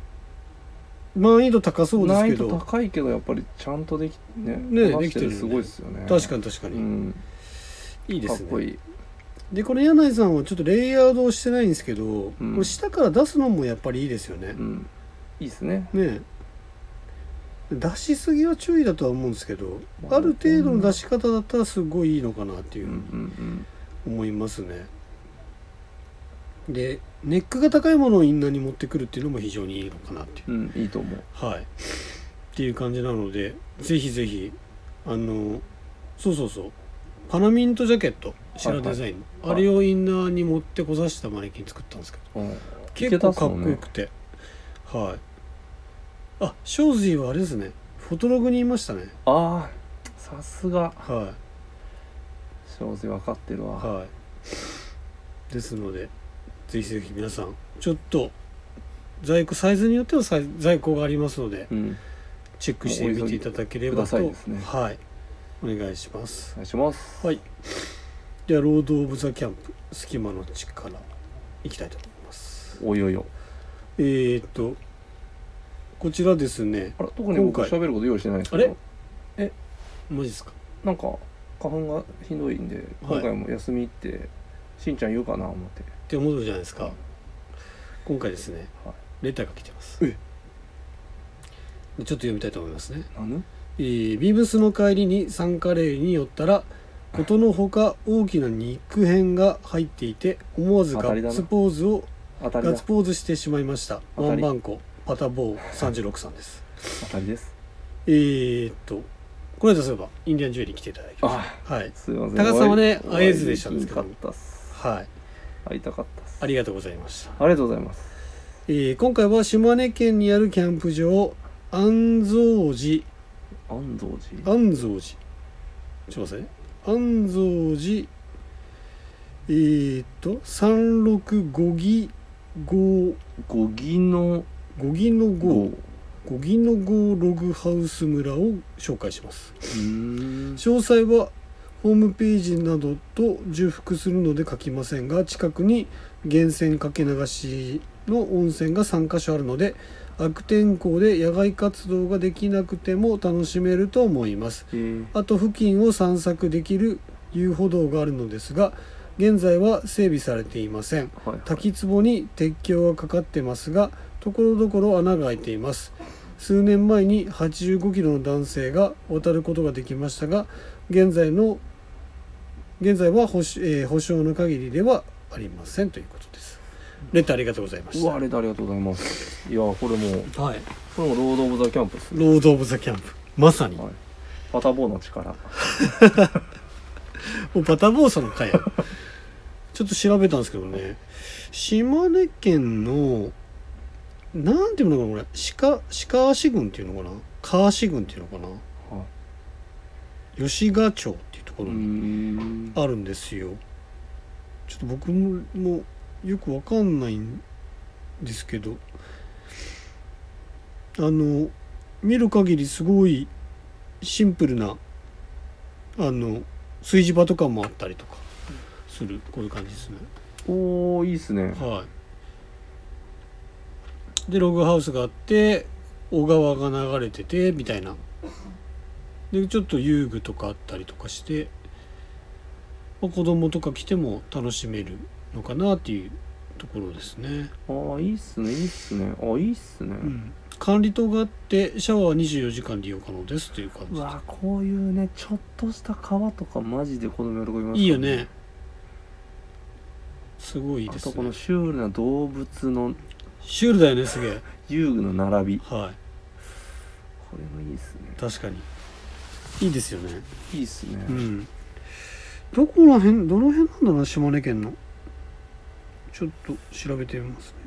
Speaker 1: 難易度高そうです
Speaker 2: 難
Speaker 1: け
Speaker 2: 易度
Speaker 1: ど
Speaker 2: 高いけどやっぱりちゃんとできね
Speaker 1: ね
Speaker 2: こなし
Speaker 1: できて
Speaker 2: て
Speaker 1: るよね
Speaker 2: すごいですよね
Speaker 1: 確かに確かに、
Speaker 2: うん、
Speaker 1: いいで
Speaker 2: かっ
Speaker 1: す
Speaker 2: こ
Speaker 1: ね
Speaker 2: いい
Speaker 1: でこれ柳井さんはちょっとレイヤードをしてないんですけど、
Speaker 2: うん
Speaker 1: これ下から出すのもやっぱりいいですよね
Speaker 2: う、んいいですね
Speaker 1: ねえ出しすぎは注意だとは思うんですけど、
Speaker 2: まあ
Speaker 1: ある程度の出し方だったらすごいいいのかなって
Speaker 2: う
Speaker 1: い
Speaker 2: んう
Speaker 1: うん
Speaker 2: うん
Speaker 1: 思いますねでネックが高いものをインナーに持ってくるっていうのも非常にいいのかなっていう
Speaker 2: うんいいと思う
Speaker 1: はいっていう感じなのでぜひぜひあのそうそうそうパナミントジャケット白デザインの、
Speaker 2: はいはい
Speaker 1: あれをインナーに持ってこさしたマネキン作ったんですけど
Speaker 2: うんいけ
Speaker 1: 結
Speaker 2: た
Speaker 1: 構
Speaker 2: っす
Speaker 1: かっ
Speaker 2: もん
Speaker 1: こ
Speaker 2: ね
Speaker 1: よくて、はいあショーズィーはあれですねフォトログにいましたね
Speaker 2: ああさすが
Speaker 1: はい
Speaker 2: 正直分かってるわ、
Speaker 1: はい。ですので、ぜひぜひ皆さん、ちょっと、在庫、サイズによってはサイ在庫がありますので、
Speaker 2: うん
Speaker 1: チェックしてみていただければ
Speaker 2: もうお急
Speaker 1: と、
Speaker 2: ぎくださいですね
Speaker 1: はい。お願いします
Speaker 2: お。願いします
Speaker 1: はい。では、ロード・オブ・ザ・キャンプ、隙間の力、いきたいと思います。
Speaker 2: おいおいお
Speaker 1: えー、っと、こちらですね、
Speaker 2: あれ特に僕
Speaker 1: 今回
Speaker 2: 喋ること用意してないんですけ
Speaker 1: あ
Speaker 2: ど
Speaker 1: れマジですか。
Speaker 2: なんか花粉がひどいんで今回も休みってしんちゃん言うかな思って
Speaker 1: って思うじゃないですか。
Speaker 2: うん
Speaker 1: 今回ですね、
Speaker 2: はい
Speaker 1: レターが来てます。
Speaker 2: え
Speaker 1: でちょっと読みたいと思いますね。
Speaker 2: 何
Speaker 1: えービームスの帰りにサンカレーに寄ったらことのほか大きな肉片が入っていて思わずガッツポーズを
Speaker 2: 当た
Speaker 1: ガ
Speaker 2: り
Speaker 1: ッ
Speaker 2: だ
Speaker 1: ツポーズしてしまいました
Speaker 2: 当
Speaker 1: ワ
Speaker 2: た
Speaker 1: ン
Speaker 2: り
Speaker 1: バンコパタボー36さんです
Speaker 2: 当たりです
Speaker 1: えー、っとこの間そういえばインディアンジュエリー来ていただきまし
Speaker 2: あ
Speaker 1: たはい、
Speaker 2: すいません
Speaker 1: 高さんはね
Speaker 2: お
Speaker 1: 会
Speaker 2: 会い
Speaker 1: えずでしたんですけど
Speaker 2: きんかったっす
Speaker 1: はい、
Speaker 2: 会いたかったっす
Speaker 1: ありがとうございました、
Speaker 2: ありがとうございます
Speaker 1: えー今回は島根県にあるキャンプ場安蔵寺
Speaker 2: 安藤寺
Speaker 1: 安蔵寺すいません安蔵寺えー、っと三六五義五
Speaker 2: 五義の
Speaker 1: 五義の
Speaker 2: 五
Speaker 1: 五五義の五ログハウス村を紹介します
Speaker 2: うーん
Speaker 1: 詳細はホームページなどと重複するので書きませんが近くに源泉かけ流しの温泉が3カ所あるので悪天候で野外活動ができなくても楽しめると思います
Speaker 2: えー
Speaker 1: あと付近を散策できる遊歩道があるのですが現在は整備されていません
Speaker 2: はいはい
Speaker 1: 滝壺に鉄橋がかかってますがところどころ穴が開いています数年前に8 5キロの男性が渡ることができましたが現在の現在は保,、えー保証の限りではありませんということですレターありがとうございまし
Speaker 2: うわあ
Speaker 1: た
Speaker 2: りがとうございますいやこれも
Speaker 1: はい
Speaker 2: これもロード・オブ・ザ・キャンプです
Speaker 1: ロード・オブ・ザ・キャンプまさに
Speaker 2: はいパタボーの力
Speaker 1: もうバタボーさんの会や ちょっと調べたんですけどね島根県のなんていうのかなこれ鹿鹿足郡っていうのかな鹿足郡っていうのかな
Speaker 2: は
Speaker 1: 吉賀町っていうとこ
Speaker 2: いう
Speaker 1: ろ
Speaker 2: ー
Speaker 1: に
Speaker 2: ん
Speaker 1: あるんですよ、ちょっと僕ももうよくわかんないんですけどあの見る限りすごいシンプルなあの炊事場とかもあったりとかするこういう感じですね
Speaker 2: おーいいっすね
Speaker 1: はいでログハウスがあって小川が流れててみたいなでちょっと遊具とかあったりとかして、まあ、子供とか来ても楽しめるのかなっていうところですね、
Speaker 2: あーいいっすねいいっすねあいいっすね、
Speaker 1: うん、管理棟があってシャワーは24時間利用可能ですという感
Speaker 2: う
Speaker 1: じ
Speaker 2: わこういうねちょっとした川とかマジで子供喜びます
Speaker 1: いいよねすごいいい
Speaker 2: あ
Speaker 1: です
Speaker 2: とこ
Speaker 1: ね
Speaker 2: のシュールな動物の
Speaker 1: シュールだよねすげえ
Speaker 2: 遊具の並びこ
Speaker 1: は
Speaker 2: れもいいっすね
Speaker 1: い確かにいいですよね
Speaker 2: いいっすね、
Speaker 1: うんどこら辺どの辺なんだろうな島根県のちょっと調べてみますね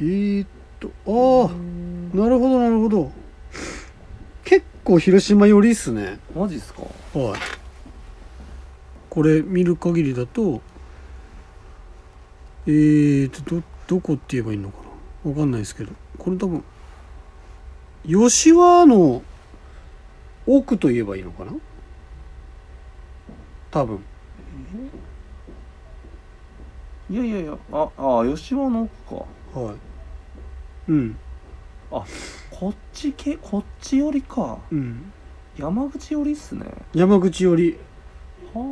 Speaker 1: えー、っとあ
Speaker 2: うん
Speaker 1: あなるほどなるほど結構広島寄りっすね
Speaker 2: マジっすか
Speaker 1: はいこれ見る限りだとえー、っとどどこって言えばいいのかなわかんないですけどこれ多分吉和の奥と言えばいいのかな多分
Speaker 2: いやいやいやああ吉羽の奥か
Speaker 1: はいうん
Speaker 2: こっちけこっち寄りか
Speaker 1: うん
Speaker 2: 山口寄りっすねは
Speaker 1: 山口寄り
Speaker 2: あは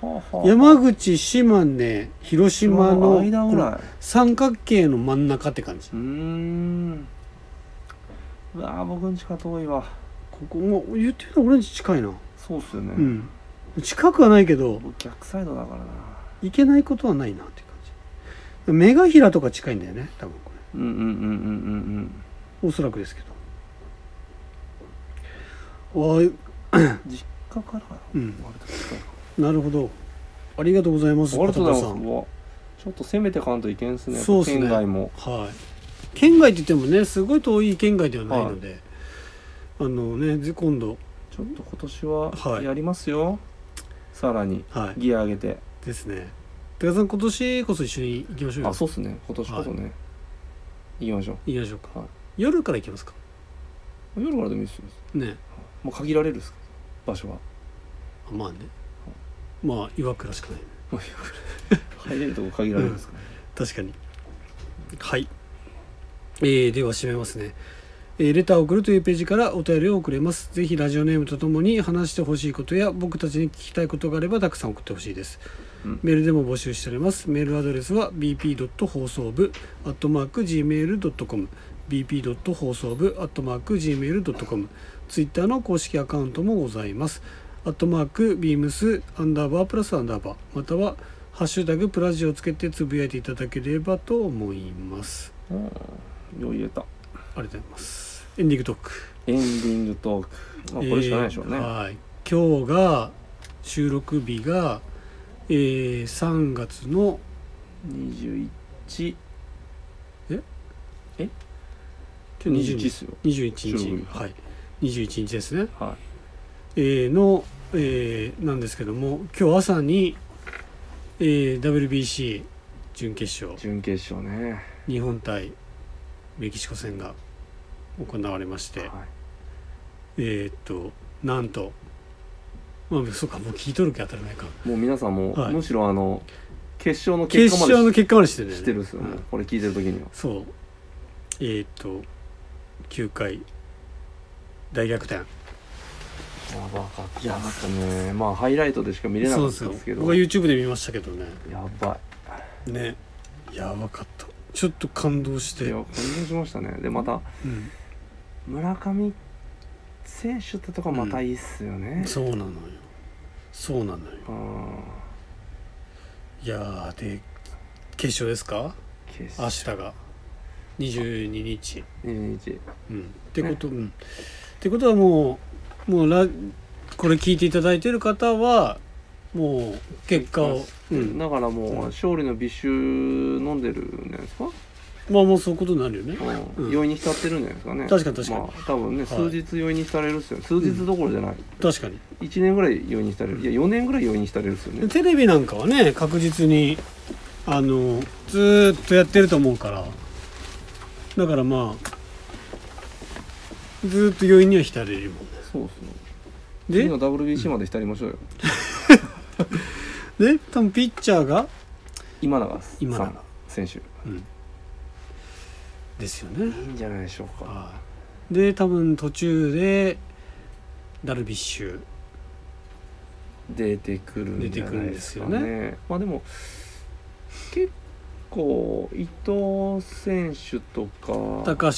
Speaker 2: あはあはあ
Speaker 1: 山口島根広島の
Speaker 2: 間ぐらい
Speaker 1: 三角形の真ん中って感じ
Speaker 2: うーんうわー僕んちか遠いわ
Speaker 1: ここもう言ってるの俺んち近いな
Speaker 2: そうっすよね、
Speaker 1: うん近くはないけど
Speaker 2: 僕逆サイドだからな
Speaker 1: 行けないことはないなって感じ目が平とか近いんだよね多分こ
Speaker 2: うんうんうんうんうん
Speaker 1: れおそらくですけどわあ
Speaker 2: うん実日からあ
Speaker 1: うん、
Speaker 2: れですか
Speaker 1: なるほどありがとうございます
Speaker 2: ありがとうござい
Speaker 1: パ
Speaker 2: ま
Speaker 1: タ
Speaker 2: す
Speaker 1: パ
Speaker 2: うわちょっと攻めてかんといけんっすね
Speaker 1: そうっすね
Speaker 2: 県外も
Speaker 1: さんはい県外って言ってもねすごい遠い県外ではないので、あのねぜ今度
Speaker 2: ちょっと今年
Speaker 1: は
Speaker 2: はいやりますよ、さらに
Speaker 1: はい
Speaker 2: ギア上げて
Speaker 1: ですね高田さん今年こそ一緒に行きましょうよ
Speaker 2: あそうっすね今年こそね、行きましょ
Speaker 1: 行きましょうか、
Speaker 2: はい
Speaker 1: 夜から行きますか
Speaker 2: う夜からでもいいっすよ
Speaker 1: ね
Speaker 2: もう限られるっすか場所は
Speaker 1: あまあねまあ岩倉しかない
Speaker 2: 入れるとこ限られるんですか、
Speaker 1: 確かにはい、えーでは締めますね、えーレターを送るというページからお便りを送れますぜひラジオネームとともに話してほしいことや僕たちに聞きたいことがあればたくさん送ってほしいです、
Speaker 2: うん
Speaker 1: メールでも募集しておりますメールアドレスは bp. 放送部 gmail.com bp. 放送部 gmail.com ツイッターの公式アカウントもございますアットマークビームスアンダーバープラスアンダーバーまたはハッシュタグプラジオをつけてつぶやいていただければと思います。
Speaker 2: うん、よう言えた
Speaker 1: ありがとうございます。エンディングトーク。
Speaker 2: エンディングトーク、まあ、これしかないでしょうね、
Speaker 1: えーはい。今日が収録日が、えー、3月の
Speaker 2: 21
Speaker 1: 今
Speaker 2: 21っ
Speaker 1: 日
Speaker 2: すよ
Speaker 1: 21日
Speaker 2: 収録日
Speaker 1: はい21日ですね。
Speaker 2: は
Speaker 1: えーの、えーなんですけども今日朝に、えー WBC 準決
Speaker 2: い
Speaker 1: 勝
Speaker 2: 準決勝ね、
Speaker 1: 日本対メキシコ戦が行われまして。
Speaker 2: は
Speaker 1: えーっとなんとまあそうかもう聞いとるけ当たり前か
Speaker 2: い、もう皆さんも、
Speaker 1: はい
Speaker 2: むしろあの決勝の
Speaker 1: 決
Speaker 2: 結果まで
Speaker 1: 勝の結果までしてるよね
Speaker 2: 知ってるんですよ、ね
Speaker 1: うん
Speaker 2: これ聞いてる時には
Speaker 1: そうえーっと9回大逆転
Speaker 2: やばかったやばかったねまあハイライトでしか見れな
Speaker 1: そ
Speaker 2: か
Speaker 1: う
Speaker 2: っ
Speaker 1: です
Speaker 2: たん
Speaker 1: よ
Speaker 2: ですけど
Speaker 1: 僕は YouTube で見ましたけどね
Speaker 2: やば
Speaker 1: ねやばかったちょっと感動し
Speaker 2: いい
Speaker 1: て
Speaker 2: や感動しましたねでまた
Speaker 1: うん
Speaker 2: 村上選手ってとこまたいいっすよね、
Speaker 1: そうなのよそうなのよ
Speaker 2: うん、
Speaker 1: いやーで決勝ですか
Speaker 2: 決
Speaker 1: 明
Speaker 2: 勝
Speaker 1: 日が22日
Speaker 2: 22日
Speaker 1: うんってこと、うん、ってことはもうもうラこれ聞いていただいてる方はもう結果を、う
Speaker 2: うん、
Speaker 1: ん、
Speaker 2: だからもう
Speaker 1: うん
Speaker 2: 勝利の美酒飲んでるんじゃないですか、
Speaker 1: まあもうそういうことになるよね
Speaker 2: う
Speaker 1: うん
Speaker 2: ん、酔いに浸ってるんじゃないですかね
Speaker 1: 確かに確かに
Speaker 2: まあ、多分ね
Speaker 1: はい
Speaker 2: 数日酔いに浸れるっすよね、数日どころじゃない、
Speaker 1: 確かに
Speaker 2: 1年ぐらい酔いに浸れるいや4年ぐらい酔いに浸れるっすよね
Speaker 1: テレビなんかはね確実にあのずーっとやってると思うからだからまあずーっと余韻には浸れるもんね
Speaker 2: そうっすね次
Speaker 1: で
Speaker 2: の WBC まで浸りましょうよ、
Speaker 1: で多分ピッチャーが、
Speaker 2: 今永
Speaker 1: 今
Speaker 2: さ
Speaker 1: 永
Speaker 2: ん選手
Speaker 1: うん、ですよね
Speaker 2: いいんじゃないでしょうか
Speaker 1: はいで多分途中でダルビッシュ
Speaker 2: 出てくるんじゃないですか
Speaker 1: 出てくるん
Speaker 2: ねまあでも結構伊藤選手とか
Speaker 1: 高橋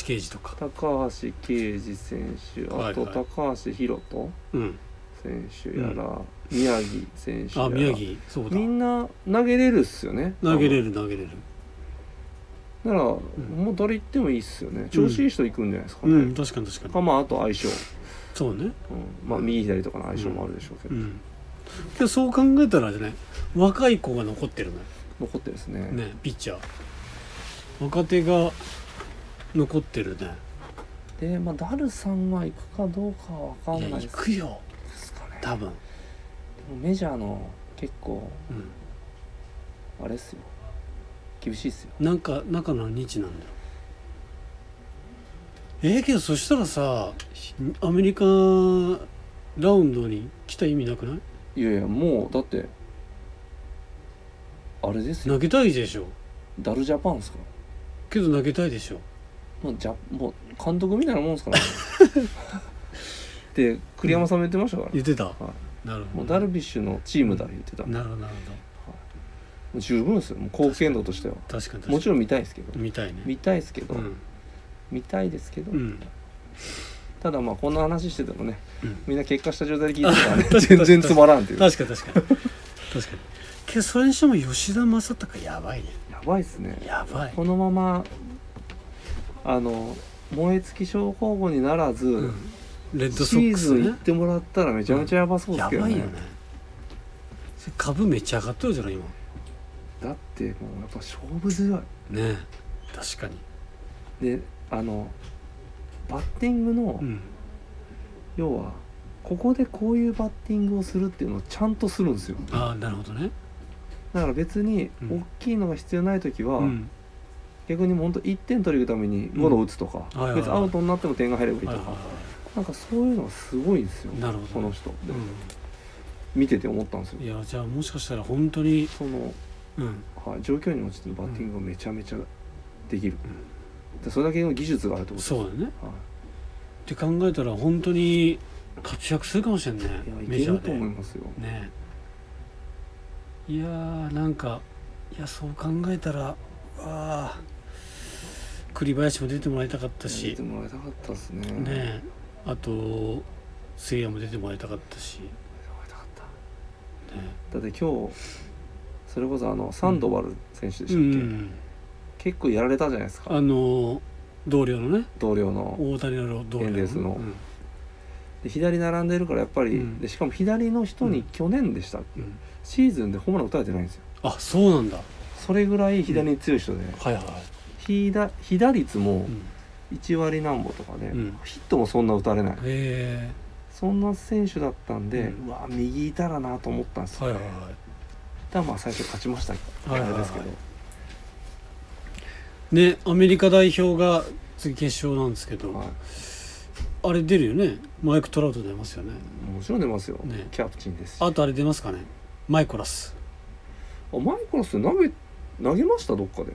Speaker 1: 奎二とか、
Speaker 2: 高橋奎二選手あと
Speaker 1: はいはい
Speaker 2: 高橋宏斗
Speaker 1: うん、
Speaker 2: 選手やら、宮城選手や
Speaker 1: あ
Speaker 2: ら
Speaker 1: 宮城そうだ
Speaker 2: みんな投げれるっすよね
Speaker 1: 投げれ
Speaker 2: る
Speaker 1: る投げれる
Speaker 2: なら、もう誰行ってもいいっすよね調子いい人行くんじゃないですか
Speaker 1: う
Speaker 2: ね、
Speaker 1: ん確かに確か
Speaker 2: か
Speaker 1: に
Speaker 2: まああと相性、
Speaker 1: そうね
Speaker 2: うん、まあ右左とかの相性もあるでしょうけ
Speaker 1: う
Speaker 2: ど、
Speaker 1: んけどそう考えたらじゃない若い子が残ってるね
Speaker 2: 残ってですね
Speaker 1: ねピッチャー若手が残ってるね
Speaker 2: でまあダルさんは行くかどうかは分かん
Speaker 1: いや
Speaker 2: ない
Speaker 1: 行
Speaker 2: で
Speaker 1: くよ
Speaker 2: すかね
Speaker 1: 多分、
Speaker 2: でもメジャーの結構
Speaker 1: う
Speaker 2: あれっすよ厳しいっすよ
Speaker 1: ん、なんか中の日なんだよえー、けどそしたらさアメリカラウンドに来た意味なくない
Speaker 2: いやいやもうだってあれですよ
Speaker 1: 投げたいでしょ
Speaker 2: ダルジャパンっすか
Speaker 1: けど投げたいでしょ
Speaker 2: もうじゃもう監督みたいなもんですから、ね、で栗山さんも言ってましたから、
Speaker 1: 言ってた、
Speaker 2: い
Speaker 1: なる
Speaker 2: も
Speaker 1: ほ
Speaker 2: う
Speaker 1: ど
Speaker 2: ダルビッシュのチームだ言ってたも
Speaker 1: なるほどなる
Speaker 2: う十分ですよもう貢献度としては
Speaker 1: ほど確かに確かに
Speaker 2: もちろん見たいですけど
Speaker 1: 見たいね
Speaker 2: 見たいですけど、
Speaker 1: うん、
Speaker 2: 見たいですけど、
Speaker 1: うん、
Speaker 2: ただまあこんな話しててもね、
Speaker 1: うん
Speaker 2: みんな結果した状態で聞いてたからね
Speaker 1: 確かに
Speaker 2: 全然つまらんっていうや
Speaker 1: 確かに確か に確かにけどそれにしても吉田正尚やばいね
Speaker 2: ばいっすね
Speaker 1: やばい
Speaker 2: このままあの燃え尽き症候群にならず、
Speaker 1: うんレッド
Speaker 2: シ
Speaker 1: ソッ
Speaker 2: ー
Speaker 1: ク
Speaker 2: ズ
Speaker 1: ス
Speaker 2: ン行っ
Speaker 1: ね
Speaker 2: てもらったらめちゃめちゃやばそうで
Speaker 1: や
Speaker 2: す
Speaker 1: ばい
Speaker 2: けど
Speaker 1: よ
Speaker 2: ね,、
Speaker 1: ねそれ株めっちゃ上がっとるじゃない今
Speaker 2: だってもうやっぱ勝負強い
Speaker 1: ねえ確かに
Speaker 2: であのバッティングの、
Speaker 1: うん
Speaker 2: 要はここでこういうバッティングをするっていうのをちゃんとするんですよ
Speaker 1: ああなるほどね
Speaker 2: だから別に
Speaker 1: うん
Speaker 2: 大きいのが必要ない時は、
Speaker 1: うん
Speaker 2: 逆にもうほんと1点取りるためにゴロ打つとか、
Speaker 1: うんはいはいはい
Speaker 2: 別にアウトになっても点が入ればいい
Speaker 1: はい
Speaker 2: と
Speaker 1: は
Speaker 2: か、
Speaker 1: いは
Speaker 2: なんかそういうのがすごいんですよ
Speaker 1: なるほど
Speaker 2: この人、
Speaker 1: い
Speaker 2: 見てて思ったんですよ
Speaker 1: うんいやじゃあもしかしたら本当に
Speaker 2: その、
Speaker 1: うん
Speaker 2: はい、状況に応じてのバッティングがめちゃめちゃできる、でそれだけの技術があるってこと
Speaker 1: そうだね
Speaker 2: う、は
Speaker 1: って考えたら本当に活躍するかもしれんね
Speaker 2: い、いやい
Speaker 1: メ
Speaker 2: け
Speaker 1: ジャ
Speaker 2: る
Speaker 1: ー
Speaker 2: と
Speaker 1: で
Speaker 2: 思いますよ、
Speaker 1: ねいやーなんかいやそう考えたらあー栗林も出てもらいたかった
Speaker 2: 見
Speaker 1: して
Speaker 2: もらいたかったですね
Speaker 1: ねえあと誠也も出てもらいたかったし、ね
Speaker 2: 見てもらいたかった
Speaker 1: え、
Speaker 2: だって今日それこそあのサンドバル選手でしたっけ、
Speaker 1: うん
Speaker 2: 結構やられたじゃないですか
Speaker 1: あのー同僚のね
Speaker 2: 同僚の
Speaker 1: 大谷の同僚
Speaker 2: エンゼルスの
Speaker 1: うん
Speaker 2: で左並んでるからやっぱり、
Speaker 1: うん
Speaker 2: でしかも左の人
Speaker 1: う
Speaker 2: に
Speaker 1: ん
Speaker 2: 去年でしたっけ、
Speaker 1: うん
Speaker 2: シーズンでホームラン打たれてないんですよ
Speaker 1: あそうなんだ
Speaker 2: それぐらい左に強い人で、
Speaker 1: はいはい
Speaker 2: ひだ被打率も
Speaker 1: うん
Speaker 2: 1割なんぼとかで、
Speaker 1: うん
Speaker 2: ヒットもそんな打たれない、
Speaker 1: へ
Speaker 2: そんな選手だったんで、
Speaker 1: う
Speaker 2: うわ右いたらなと思ったんです
Speaker 1: え
Speaker 2: よ、
Speaker 1: はいはいは
Speaker 2: ただまあ最初勝ちましたけど、
Speaker 1: はいはい
Speaker 2: あ
Speaker 1: はい
Speaker 2: れですけど
Speaker 1: いねアメリカ代表が次決勝なんですけど、
Speaker 2: はい
Speaker 1: あれ出るよねマイク・トラウト出ますよね
Speaker 2: もちろん出ますよ、
Speaker 1: ね
Speaker 2: キャプテンですし
Speaker 1: あとあれ出ますかねマイコラス
Speaker 2: あマイクロス投げ投げましたどっかで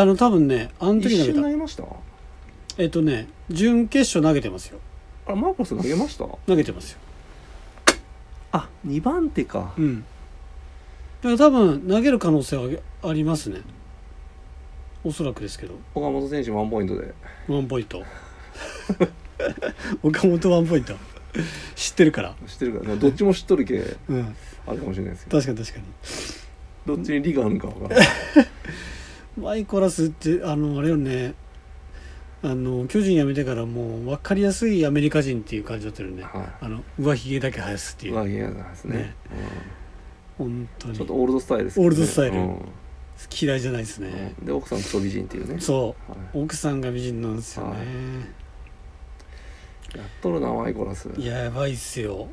Speaker 1: あの多分ねあの
Speaker 2: 一
Speaker 1: 時投
Speaker 2: 瞬
Speaker 1: げ
Speaker 2: 投
Speaker 1: た
Speaker 2: げました
Speaker 1: えっとね準決勝投げてますよ
Speaker 2: あマイクロス投げました
Speaker 1: 投げてますよ
Speaker 2: あ2番手か
Speaker 1: うんだから多分投げる可能性はあありますねおそらくですけど
Speaker 2: 岡本選手ワンポイントで
Speaker 1: ワンポイント 岡本ワンポイント知ってるから
Speaker 2: 知って るからどっちも知っとるけ
Speaker 1: うん
Speaker 2: あるかもしれないですけ
Speaker 1: 確かに確かに
Speaker 2: どどっちに利があるのか分からない
Speaker 1: マイコラスってあのあれよねあの巨人辞めてからもう分かりやすいアメリカ人っていう感じになってるね
Speaker 2: は
Speaker 1: あの上髭だけ生やすって
Speaker 2: い
Speaker 1: いう、
Speaker 2: 上着屋なんですね
Speaker 1: ね本当
Speaker 2: うん
Speaker 1: に
Speaker 2: ちょっとオールドスタイルですけ
Speaker 1: オ
Speaker 2: ど
Speaker 1: ールドスタイル
Speaker 2: うん
Speaker 1: 嫌いじゃないですね、
Speaker 2: うんで奥さんクソ美人っていうね
Speaker 1: そ
Speaker 2: は
Speaker 1: う奥さんが美人なんですよね、
Speaker 2: いやっとるなマイコラス
Speaker 1: い、ややばいっすよ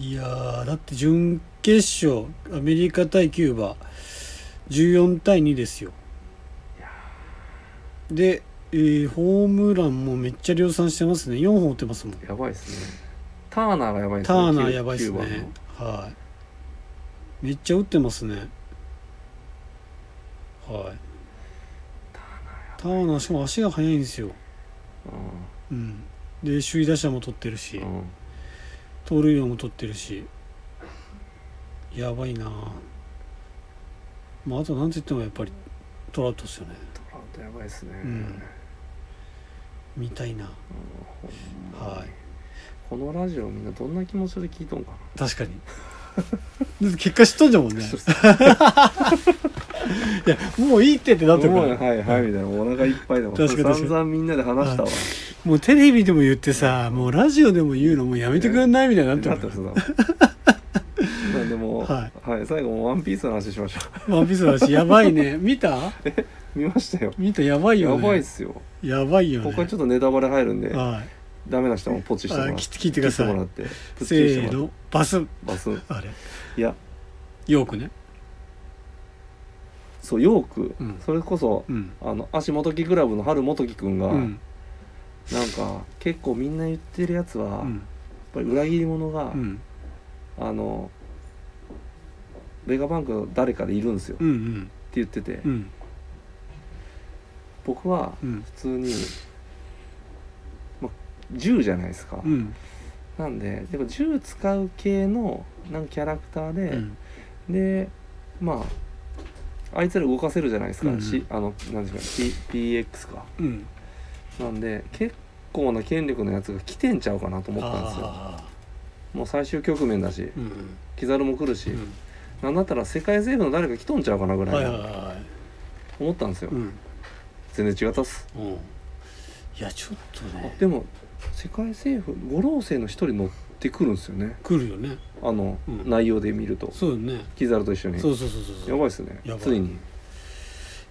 Speaker 1: いやーだって準決勝アメリカ対キューバ14対2ですよで、えーホームランもめっちゃ量産してますね4本打ってますもん
Speaker 2: やばいですねターナーがやばいです
Speaker 1: タ
Speaker 2: ね
Speaker 1: ーナーやばいっす
Speaker 2: 9番
Speaker 1: ね
Speaker 2: の
Speaker 1: はいめっちゃ打ってますねはいターナーしかも足が速いんですよ、うん、で首位打者も取ってるし、
Speaker 2: うんうん
Speaker 1: 盗塁王も取ってるしやばいなあまああとなんといってもやっぱりトラウトですよね
Speaker 2: トラウトやばいですね
Speaker 1: ん見たいなはい
Speaker 2: このラジオみんなどんな気持ちで聞いとんかな
Speaker 1: 確 かにだって結果知っとんじゃんもんねいやもういいってってなってるか
Speaker 2: もう
Speaker 1: ら
Speaker 2: はいはいみたいなお腹いっぱいでも
Speaker 1: 確かに確かに
Speaker 2: 散々みんなで話したわ
Speaker 1: もうテレビでも言ってさもうラジオでも言うのもうやめてくれないみたいになって
Speaker 2: な
Speaker 1: る
Speaker 2: っ
Speaker 1: か
Speaker 2: てま
Speaker 1: ら
Speaker 2: すななんでも
Speaker 1: は
Speaker 2: はい、最後もワンピースの話しましょ
Speaker 1: ワンピースだしやばい ね見た
Speaker 2: う 見ましたよ
Speaker 1: 見たやばいよ
Speaker 2: や
Speaker 1: ね
Speaker 2: ばいっすよ
Speaker 1: やばいよね
Speaker 2: ここはちょっとネタバレ入るんで
Speaker 1: はい
Speaker 2: ダメな人はもうポチしてもら
Speaker 1: あ
Speaker 2: って
Speaker 1: 聞聞いてください
Speaker 2: 切ってもらってプッチ
Speaker 1: せ
Speaker 2: リして
Speaker 1: ー
Speaker 2: もらって
Speaker 1: のバスン
Speaker 2: バスン
Speaker 1: あれ
Speaker 2: いや
Speaker 1: ヨークね
Speaker 2: そうヨーク、
Speaker 1: うん
Speaker 2: それこそ
Speaker 1: うん
Speaker 2: あの足元木クラブの春元木くんが、
Speaker 1: うん
Speaker 2: なんか結構みんな言ってるやつは、
Speaker 1: う
Speaker 2: やっ
Speaker 1: ん
Speaker 2: ぱり裏切り者が、
Speaker 1: うん
Speaker 2: あのベガバンクの誰かでいるんですよ、
Speaker 1: う
Speaker 2: って
Speaker 1: ん
Speaker 2: 言ってて、
Speaker 1: うん
Speaker 2: 僕は
Speaker 1: うん
Speaker 2: 普通に、ま、銃じゃないですか、
Speaker 1: うん
Speaker 2: なんででも銃使う系のなんかキャラクター
Speaker 1: う
Speaker 2: で、
Speaker 1: ん
Speaker 2: でまああいつら動かせるじゃないですか、
Speaker 1: うんうん
Speaker 2: しあのなんですか P- PX か
Speaker 1: うん
Speaker 2: なんで結構な権力のやつが来てんちゃうかなと思ったんですよ
Speaker 1: あ
Speaker 2: もう最終局面だし
Speaker 1: ーうん
Speaker 2: キザルも来るし、
Speaker 1: うん
Speaker 2: なんだったら世界政府の誰か来とんちゃうかなぐ
Speaker 1: はいはい
Speaker 2: ら
Speaker 1: はい
Speaker 2: い
Speaker 1: はい
Speaker 2: 思ったんですよ、
Speaker 1: うん
Speaker 2: 全然違ったっす
Speaker 1: うんいやちょっと
Speaker 2: あ
Speaker 1: ね
Speaker 2: でも世界政府五老星の一人乗ってくるんですよね
Speaker 1: 来るよね
Speaker 2: あの、
Speaker 1: うん
Speaker 2: 内容で見ると
Speaker 1: そうよね
Speaker 2: キザルと一緒に
Speaker 1: そうそうそうそうそ
Speaker 2: や
Speaker 1: う
Speaker 2: ばいですね
Speaker 1: やばい
Speaker 2: ついに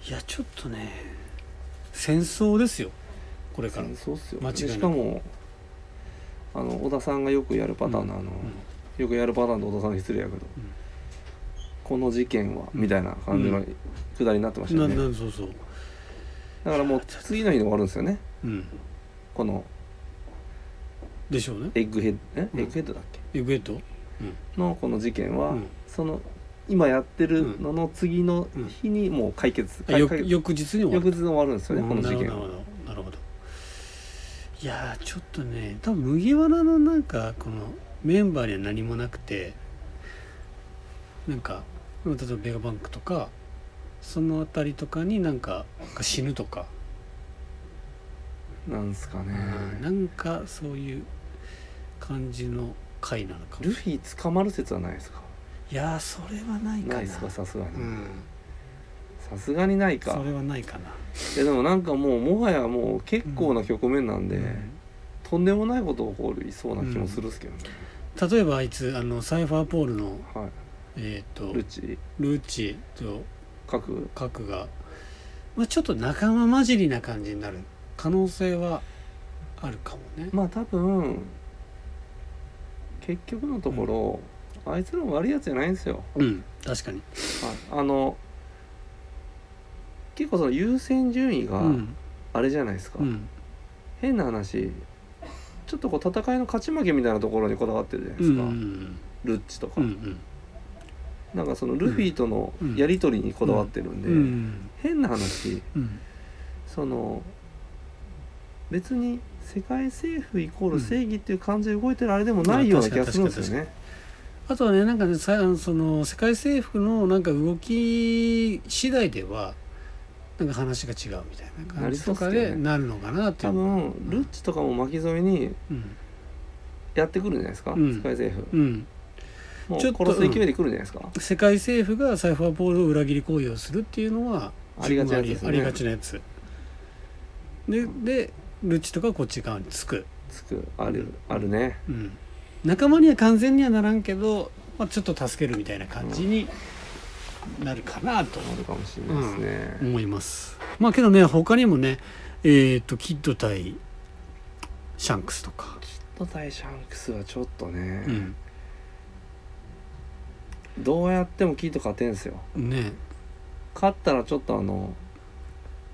Speaker 1: いやちょっとね戦争ですよこれから、
Speaker 2: 戦争っすよ
Speaker 1: 間違いな
Speaker 2: で
Speaker 1: く
Speaker 2: しかもあの小田さんがよくやるパターンの、あの
Speaker 1: うん
Speaker 2: よくやるパターンで小田さん失礼やけど、
Speaker 1: ん
Speaker 2: この事件は、みたいな感じ
Speaker 1: う
Speaker 2: のくだりになってました
Speaker 1: な
Speaker 2: よね、
Speaker 1: なんそうそう
Speaker 2: だからもう次の日に終わるんですよね
Speaker 1: うん
Speaker 2: この
Speaker 1: でしょうね
Speaker 2: エッグヘッドえ、
Speaker 1: うん
Speaker 2: エッグヘッドだっけ
Speaker 1: エグエット
Speaker 2: のこの事件は、
Speaker 1: うん
Speaker 2: その今やってるのの次の日にもう解決、
Speaker 1: あよ
Speaker 2: 解決
Speaker 1: 翌日に終わる
Speaker 2: 翌日に終わるんですよね、この事件
Speaker 1: なるほ
Speaker 2: は
Speaker 1: どなるほどいやーちょっとね多分麦わらのなんかこのメンバーには何もなくてなんか例えばベガバンクとかその辺りとかになんか死ぬとか、
Speaker 2: なんすかね、
Speaker 1: うんなんかそういう感じの回なのかも
Speaker 2: ルフィ捕まる説はないですか
Speaker 1: いやーそれはないかな
Speaker 2: ないですかさすがに
Speaker 1: うん、
Speaker 2: さすがにないか
Speaker 1: それはないかな、
Speaker 2: いやでもなんかもうもはやもう結構な局面なんで、とんでもないこと起こりそうな気もするっすけどね、
Speaker 1: うん例えばあいつあのサイファーポールの
Speaker 2: はい
Speaker 1: えっ、と
Speaker 2: ルチ
Speaker 1: ルーチと
Speaker 2: 各
Speaker 1: 核が、まあ、ちょっと仲間混じりな感じになる可能性はあるかもね。
Speaker 2: まあ多分結局のところ、あいつらも悪いやつじゃないんですよ、
Speaker 1: うん、確かに。
Speaker 2: はいあの結構その優先順位が
Speaker 1: うん、
Speaker 2: あれじゃないですか、
Speaker 1: うん、
Speaker 2: 変な話ちょっとこう戦いの勝ち負けみたいなところにこだわってるじゃない
Speaker 1: うん、う
Speaker 2: で
Speaker 1: ん
Speaker 2: すか、ルッチと
Speaker 1: う
Speaker 2: か、
Speaker 1: ん、
Speaker 2: なんかそのルフィとの
Speaker 1: うん
Speaker 2: やり取りにこだわってるん
Speaker 1: うん、
Speaker 2: で、
Speaker 1: うん、
Speaker 2: 変な話
Speaker 1: うん、
Speaker 2: その別に世界政府イコール正義っていう感じで動いてるあれでもないような気がするんですよね。
Speaker 1: あとはね、なんかね、さあのその世界政府のなんか動き次第では。なんか話が違うみたいな感じとか
Speaker 2: なりそうっすよ
Speaker 1: で
Speaker 2: ね
Speaker 1: なるのかなってい
Speaker 2: 多
Speaker 1: う。
Speaker 2: 分ルッチとかも巻き添えに
Speaker 1: うん、
Speaker 2: やってくるんじゃないですか、
Speaker 1: うん
Speaker 2: 世界政
Speaker 1: う
Speaker 2: 府
Speaker 1: ん、
Speaker 2: もう
Speaker 1: ちょっと
Speaker 2: 殺す勢いでくるんじゃないですか、
Speaker 1: 世界政府がサイファーポールを裏切り行為をするっていうのは
Speaker 2: ありがちなやつですね
Speaker 1: ありがちなやつででルチとかこっち側につく、
Speaker 2: つくあるあるね
Speaker 1: うん、仲間には完全にはならんけど、まあ、ちょっと助けるみたいな感じになるかなと
Speaker 2: あるかもしれないですね、
Speaker 1: 思います、まあけどね他にもねえっ、とキッド対シャンクスとか、
Speaker 2: キッド対シャンクスはちょっとね
Speaker 1: う、ん、
Speaker 2: どうやってもキッド勝てんすよ
Speaker 1: ね
Speaker 2: 勝ったらちょっとあの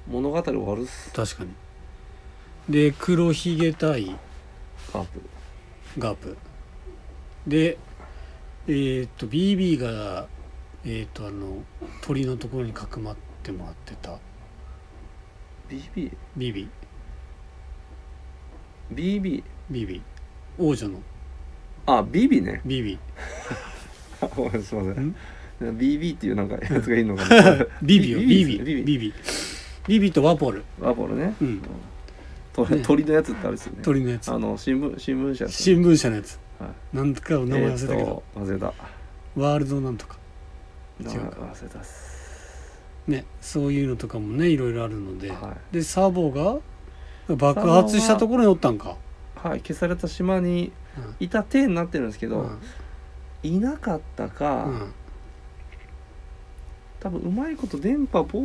Speaker 2: 物語終わるっす
Speaker 1: 確かにで黒ひげ対
Speaker 2: カープ
Speaker 1: ガープでえーっと BB がえーっとあの鳥のところにかくまってもらってた
Speaker 2: BBBB
Speaker 1: BBBB 王女の
Speaker 2: あ BB ね
Speaker 1: BBBB
Speaker 2: ごめんすいません
Speaker 1: ん
Speaker 2: BB っていうなんかやつがいるの かな
Speaker 1: よ
Speaker 2: BB ですね
Speaker 1: BBBB とワポル
Speaker 2: ワポルね、
Speaker 1: うん
Speaker 2: と
Speaker 1: ね
Speaker 2: 鳥のやつってあるっすよね
Speaker 1: 鳥のやつ
Speaker 2: あの新聞新聞社ですね
Speaker 1: 新聞社のやつ
Speaker 2: はい
Speaker 1: なんとか名前忘れたけ
Speaker 2: え
Speaker 1: ど
Speaker 2: ーと忘れた
Speaker 1: ワールドなんとか
Speaker 2: 名
Speaker 1: 違
Speaker 2: 前
Speaker 1: うか
Speaker 2: 忘れたっす
Speaker 1: ねそういうのとかもねいろいろあるので
Speaker 2: は
Speaker 1: でサボが爆発したところにおったんか
Speaker 2: い、はい、消された島に
Speaker 1: うん
Speaker 2: いた手になってるんですけど、
Speaker 1: うん
Speaker 2: いなかったか、
Speaker 1: うん
Speaker 2: 多分うまいこと電波ぼ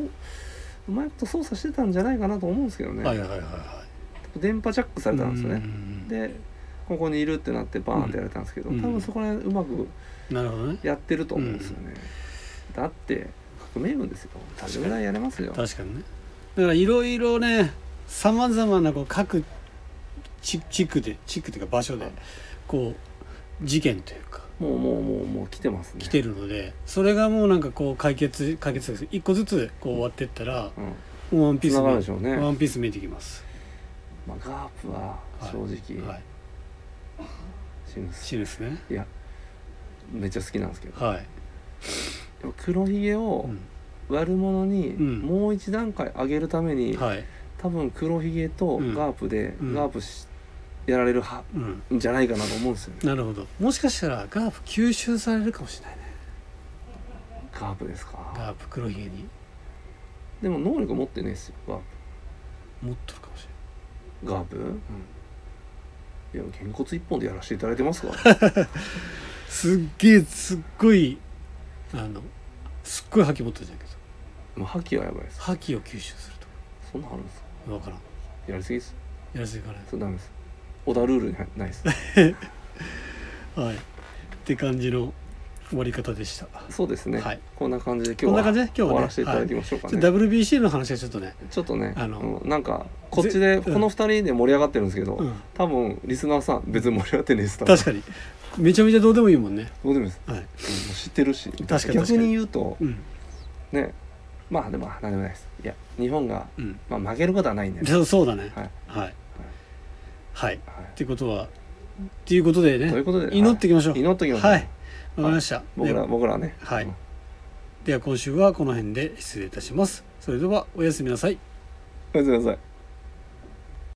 Speaker 2: うまいこと操作してたんじゃないかなと思うんですけどね、
Speaker 1: はいはいはいは
Speaker 2: 電波ジャックさ
Speaker 1: い
Speaker 2: れたんですよ
Speaker 1: う
Speaker 2: ね
Speaker 1: ん
Speaker 2: でここにいるってなってバーンってやられたんですけど、
Speaker 1: うん
Speaker 2: 多分そこら辺うまく
Speaker 1: なるほどね
Speaker 2: やってると思うんですよね、だって革命軍ですよ
Speaker 1: かに
Speaker 2: それぐらいやれますよ
Speaker 1: 確かにねだからいろいろねさまざまなこう各地地区で地区というか場所でこう事件というか
Speaker 2: もうもうもうもう来てますね
Speaker 1: 来てるのでそれがもうなんかこう解決解決です一個ずつこう終わってったら
Speaker 2: うん
Speaker 1: もうワンピース
Speaker 2: 繋がるで
Speaker 1: 見
Speaker 2: しょうね、
Speaker 1: ワンピース見えてきます
Speaker 2: まあ、ガープは
Speaker 1: はい
Speaker 2: 正直、
Speaker 1: はい
Speaker 2: 死ぬっす
Speaker 1: 死ぬですね
Speaker 2: いやめっちゃ好きなんですけど
Speaker 1: はい
Speaker 2: でも黒ひげを
Speaker 1: う
Speaker 2: 悪者に
Speaker 1: うん
Speaker 2: もう一段階上げるために、
Speaker 1: んはい
Speaker 2: 多分黒ひげと
Speaker 1: うん
Speaker 2: ガープで、
Speaker 1: うん
Speaker 2: ガープしやられるは
Speaker 1: うん
Speaker 2: んじゃないかなと思うんですよね
Speaker 1: なるほどもしかしたらガープ吸収されるかもしれないね
Speaker 2: ガープですか
Speaker 1: ガープ黒ひげに
Speaker 2: でも能力持ってねえっすよガー
Speaker 1: 持っとるかもしれない
Speaker 2: プガープいやげんこつ一本でやらせていただいて ますから、
Speaker 1: すっげえすっごいあのすっごい覇気持ってるじゃんけど
Speaker 2: まあ、覇気はやばいです
Speaker 1: 覇気を吸収する
Speaker 2: そんなんあるんですか
Speaker 1: と分からん
Speaker 2: やりすぎです
Speaker 1: やらせていかない
Speaker 2: それダメです小田ルールにはないです
Speaker 1: はいって感じの終わり方でした
Speaker 2: そうですね、
Speaker 1: はい
Speaker 2: こんな感じで
Speaker 1: こん
Speaker 2: 今日
Speaker 1: な感
Speaker 2: は
Speaker 1: じで今日はね
Speaker 2: 終わらせていただきましょうか
Speaker 1: ちょ
Speaker 2: ね、
Speaker 1: っと WBC の話はちょっとね、
Speaker 2: ちょっとね
Speaker 1: あの
Speaker 2: うんなんかこっちで
Speaker 1: ぜ
Speaker 2: この2人で盛り上がってるんですけど、
Speaker 1: うん、
Speaker 2: 多分リスナーさん別に盛り上がってねえです多分
Speaker 1: 確かにめちゃめちゃどうでもいいもんね
Speaker 2: どうでもいいです
Speaker 1: はい、
Speaker 2: うんもう知ってるし
Speaker 1: かに確か
Speaker 2: 逆
Speaker 1: に
Speaker 2: に言うと
Speaker 1: うん
Speaker 2: ねまあでも何でもないですいや日本が、
Speaker 1: うん、
Speaker 2: まあ、負けることはないんで、ね
Speaker 1: そうそうだね
Speaker 2: はい
Speaker 1: はいはいっ
Speaker 2: はい
Speaker 1: てことはっていうことでね
Speaker 2: ということで
Speaker 1: 祈っていきましょう
Speaker 2: 祈っときましょう
Speaker 1: はいわかりました
Speaker 2: 僕ら
Speaker 1: で
Speaker 2: 僕らはね
Speaker 1: はい
Speaker 2: うん
Speaker 1: では今週はこの辺で失礼いたしますそれではおやすみなさい
Speaker 2: おやすみなさい